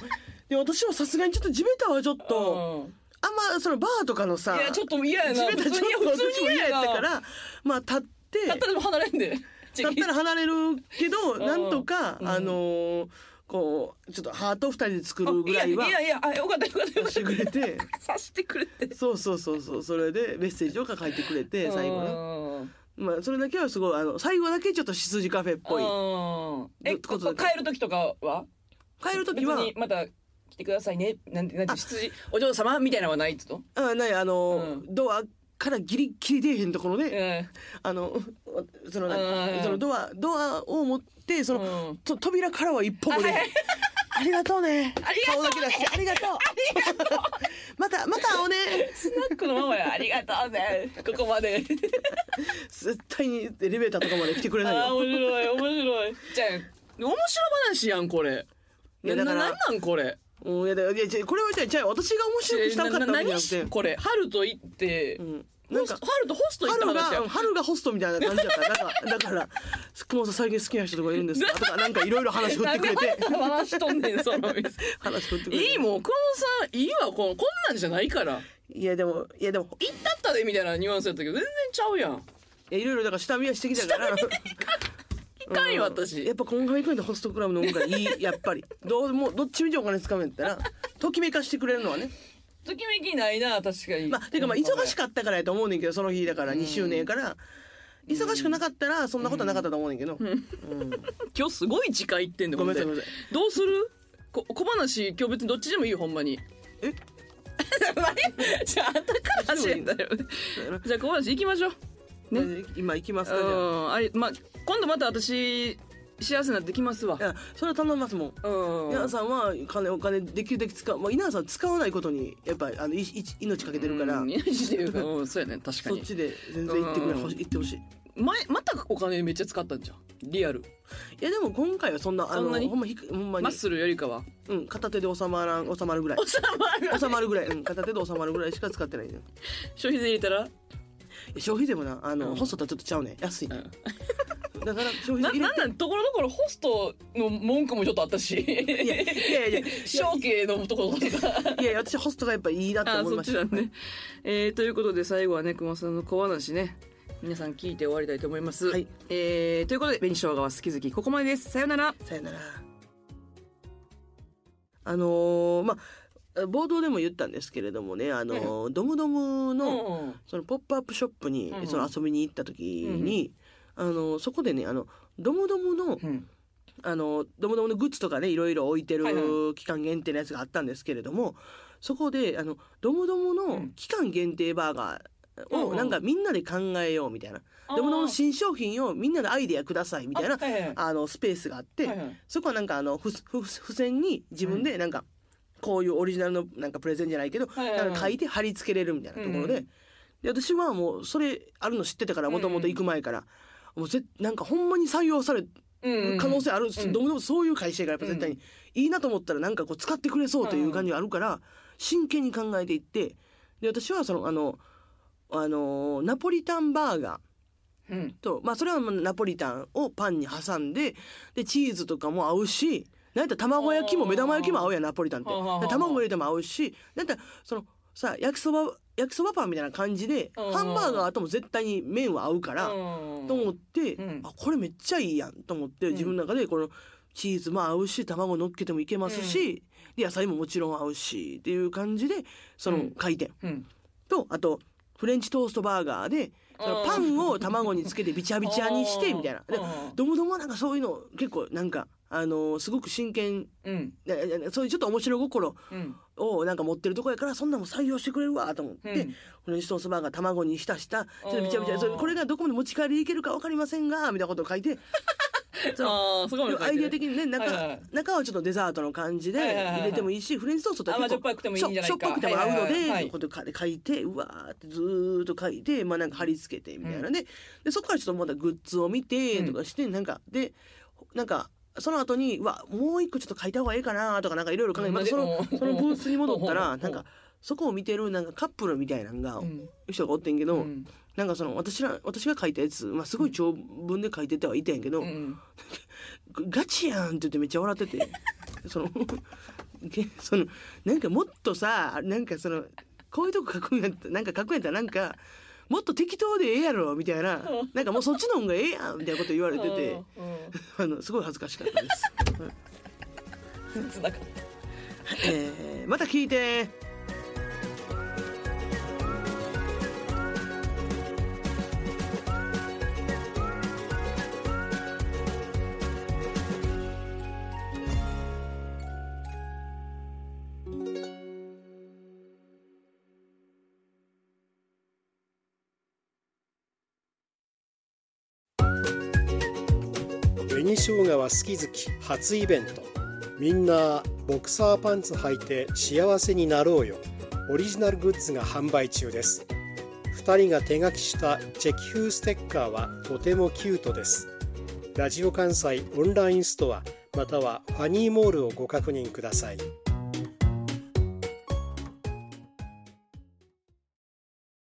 Speaker 2: で私もさすがにちょっと地べたはちょっと、
Speaker 1: と
Speaker 2: あんまそのバーとかの
Speaker 1: う
Speaker 2: さ
Speaker 1: んいやちょっと嫌や
Speaker 2: 地
Speaker 1: な
Speaker 2: べたちょっと
Speaker 1: 普通に
Speaker 2: 私も嫌やったか
Speaker 1: な
Speaker 2: らまあ立って
Speaker 1: 立ったらでも離れんで
Speaker 2: だったら離れるけど
Speaker 1: ん
Speaker 2: なんとか、
Speaker 1: うん
Speaker 2: あのーこうちょっとハートを2人で作るぐらいはい
Speaker 1: やいやいやあよかったよかったよかっ
Speaker 2: してくれて
Speaker 1: たさしてくれて
Speaker 2: そうそうそうそうそれでメッセージとか書いてくれて最後な、まあ、それだけはすごいあの最後だけちょっと羊カフェっぽい
Speaker 1: いえ
Speaker 2: どことだけ
Speaker 1: 帰る時とかは
Speaker 2: 帰る時は
Speaker 1: 別にまた来てくださいねなんてなんて羊お嬢様みたいなのはないってこと
Speaker 2: あないあのー、
Speaker 1: う
Speaker 2: ドアからギリッギリ出えへんところで、
Speaker 1: え
Speaker 2: あのその
Speaker 1: うん
Speaker 2: そのドアドアを持ってその、
Speaker 1: うん
Speaker 2: と扉からは一歩も出
Speaker 1: あ
Speaker 2: な
Speaker 1: はいい
Speaker 2: ありがとうね
Speaker 1: ありがとうね
Speaker 2: 顔だけ出してありがとう またまた会おうね
Speaker 1: スナックのママやありがとう ねここまで
Speaker 2: 絶対にエレベーターとかまで来てくれない
Speaker 1: あー
Speaker 2: よ。
Speaker 1: 面白い面白いじゃあ面白話やんこれ
Speaker 2: いや
Speaker 1: な
Speaker 2: だから
Speaker 1: ななんなんこれ
Speaker 2: うんいやだいやじゃあこれはじゃあじゃあ私が面白くしたかったわけじゃなく
Speaker 1: な
Speaker 2: て
Speaker 1: な、これ春と行って、
Speaker 2: うん、な
Speaker 1: なんんか
Speaker 2: か
Speaker 1: 春とホスト行った
Speaker 2: 春
Speaker 1: 話
Speaker 2: が
Speaker 1: や
Speaker 2: うん春がホストみたいな感じだからだからだから久保さん最近好きな人とかいるんです かとかなんかいろいろ話振っ
Speaker 1: な
Speaker 2: て
Speaker 1: ん
Speaker 2: く
Speaker 1: で
Speaker 2: れ て
Speaker 1: 春の話しとんねんその店
Speaker 2: 話振ってくれて
Speaker 1: いいもん黒本さんいいわこのこんなんじゃないから
Speaker 2: いやでもいやでもい
Speaker 1: 行ったったでみたいなニュアンスやったけど全然ちゃうやん
Speaker 2: やいろいろだから下見はしてきたから。
Speaker 1: いかんよ
Speaker 2: うん
Speaker 1: 私
Speaker 2: やっぱ今回行くんでホストクラブの方がいいやっ ぱりどうもどっちみちお金使うんやったらときめかしてくれるのはね
Speaker 1: ときめきないな確かに
Speaker 2: まあ、てかまあ忙しかったからやと思うねんけどその日だから2周年やから、忙しくなかったらそんなことはなかったと思うねんけど、
Speaker 1: ん
Speaker 2: うん
Speaker 1: 今日すごい時間いってんね
Speaker 2: ごめんなさいご
Speaker 1: ほ
Speaker 2: めん
Speaker 1: で
Speaker 2: なさい
Speaker 1: どうするこ小話今日別にどっちでもいいよほんまに
Speaker 2: え
Speaker 1: 何じゃああんたから始めたよじゃあ小話行きましょう
Speaker 2: ね、今行きますかじゃ
Speaker 1: うんあれまあ今度また私幸せになってきますわ
Speaker 2: あいやそれは頼みますもん
Speaker 1: うん
Speaker 2: 稲田さんは金お金できるだけ使う、まあ、稲田さん使わないことにやっぱりあのいい命かけてるから、
Speaker 1: うんイメージで言うかうんそうやね確か
Speaker 2: そっ
Speaker 1: に
Speaker 2: ちで全然行ってくれ、
Speaker 1: うん
Speaker 2: ほし行ってほしい
Speaker 1: 前またお金めっちゃ使ったんじゃんリアル
Speaker 2: いやでも今回はそんなあ
Speaker 1: そ
Speaker 2: の
Speaker 1: んなに
Speaker 2: ほんまひくほんまに
Speaker 1: マッスルよりかは
Speaker 2: うん、片手で収まらん収まるぐらい
Speaker 1: 収まる
Speaker 2: 収まるぐらい、うん、片手で収まるぐらいしか使ってないね
Speaker 1: 消費税入れたら
Speaker 2: 消費税もなあの、
Speaker 1: うん
Speaker 2: ホストとはちょっとちゃうね安い、ねだから消費税
Speaker 1: な
Speaker 2: 入
Speaker 1: なん
Speaker 2: れ
Speaker 1: なんところどころホストの文句もちょっとあったし
Speaker 2: ていやいやいやい
Speaker 1: 小慶のところとか
Speaker 2: やいや私ホストがやっぱいい なって
Speaker 1: あ
Speaker 2: 思い
Speaker 1: そっ
Speaker 2: ま
Speaker 1: ち
Speaker 2: した
Speaker 1: なんね、えーということで最後はね熊さんの小話ね皆さん聞いて終わりたいと思います、
Speaker 2: はい
Speaker 1: えーということで紅生姜は好き好きここまでですさよなら
Speaker 2: さよならあのーまあ冒頭でも言ったんですけれどもねあのー、ドムドムの、
Speaker 1: うん
Speaker 2: そのポップアップショップに、
Speaker 1: うん
Speaker 2: その遊びに行った時に、あのそこでねあのドムドムの
Speaker 1: うん
Speaker 2: あのドムドムのグッズとかねいろいろ置いてる
Speaker 1: はいは
Speaker 2: 期間限定のやつがあったんですけれども、そこであのドムドム
Speaker 1: う
Speaker 2: の
Speaker 1: ん
Speaker 2: 期間限定バーガー
Speaker 1: うん
Speaker 2: を
Speaker 1: うん
Speaker 2: なんかみんなで考えようみたいな、ドムドムの新商品をみんなでアイデアくださいみたいな
Speaker 1: あはいはい
Speaker 2: あのスペースがあって、
Speaker 1: はいはい
Speaker 2: そこはなんかあのふふ付箋に自分でなんかこういうオリジナルのなんかプレゼンじゃないけど、
Speaker 1: はいはいはい
Speaker 2: なんか書いて貼り付けれるみたいなところで,、
Speaker 1: うん
Speaker 2: で私はもうそれあるの知ってたから
Speaker 1: うんう
Speaker 2: も
Speaker 1: ん
Speaker 2: ともと行く前から、もうぜなんかほんまに採用される
Speaker 1: うんうん
Speaker 2: 可能性ある、し
Speaker 1: うん
Speaker 2: どうもそういう会社がやっぱ絶対にいいなと思ったらなんかこう使ってくれそうという感じがあるから、真剣に考えていってで私はそのあの、あのナポリタンバーガー
Speaker 1: うん
Speaker 2: と、まあ、それはもうナポリタンをパンに挟んででチーズとかも合うしなんやったら卵焼きも目玉焼きも合うやんナポリタンって
Speaker 1: はあはあはあ
Speaker 2: で卵入れても合うしなんやったらそのさ焼きそば焼きそばパンみたいな感じで
Speaker 1: うん
Speaker 2: ハンバーガーとも絶対に麺は合うから
Speaker 1: うん
Speaker 2: と思って、
Speaker 1: うん
Speaker 2: あこれめっちゃいいやんと思って
Speaker 1: ん
Speaker 2: 自分の中でこのチーズも合うし卵乗っけてもいけますし、で野菜ももちろん合うしっていう感じでそうの
Speaker 1: ん
Speaker 2: 回転
Speaker 1: うん
Speaker 2: とあとフレンチトーストバーガーでそのパンを卵につけてビチャビチャ にしてみたいな。で
Speaker 1: うん
Speaker 2: どもどもはなんかそういうの結構なんかあのーすごく真剣
Speaker 1: うん
Speaker 2: ななそういうちょっと面白心
Speaker 1: うん
Speaker 2: をなんか持ってるとこやからそんなんも採用してくれるわと思って、
Speaker 1: うん
Speaker 2: フレンチトーストバーガー卵に浸したそれビチャビチャそれこれがどこまで持ち帰りでいけるか分かりませんがみたいなことを書いてその
Speaker 1: あーそこまで書いてる
Speaker 2: アイデア的にね中,、
Speaker 1: はいはい
Speaker 2: 中はちょっとデザートの感じで
Speaker 1: はいはいはいはい
Speaker 2: 入れてもいいし、フレンチトーストって
Speaker 1: 甘じょっぱくてもいいんじゃないか
Speaker 2: しょしょっぱくても合うの
Speaker 1: はいはいはい
Speaker 2: で、
Speaker 1: はい
Speaker 2: ということで書いてうわーってずーっと書いてまあなんか貼り付けてみたいなね、でそこからちょっとまたグッズを見てとかして、なんかでなんかその後にうわもう一個ちょっと書いた方がいいかなとかなんかいろいろ考えてまたその
Speaker 1: うん
Speaker 2: そのブースに戻 った
Speaker 1: う
Speaker 2: ら
Speaker 1: ん
Speaker 2: なんかそこを見てるなんかカップルみたいなのが、
Speaker 1: うん
Speaker 2: 人がおってんけど、
Speaker 1: うん
Speaker 2: なんかその私ら私が書いたやつ、まあ、すごい長文で書いててはいてんけど、
Speaker 1: うん
Speaker 2: ガチやんって言ってめっちゃ笑って てそのげそのなんかもっとさなんかそのこういうとこ書くんやったなんか書くんやったらなんかもっと適当でええやろみたいななんかもうそっちの方がええやんみたいなこと言われてて
Speaker 1: うん
Speaker 2: あのすごい恥ずかしかった です。
Speaker 1: 切なかった
Speaker 2: えーまた聞いて
Speaker 3: 紅生姜は好き好き初イベントみんなボクサーパンツ履いて幸せになろうよオリジナルグッズが販売中です2人が手書きしたチェキ風ステッカーはとてもキュートですラジオ関西オンラインストアまたはファニーモールをご確認ください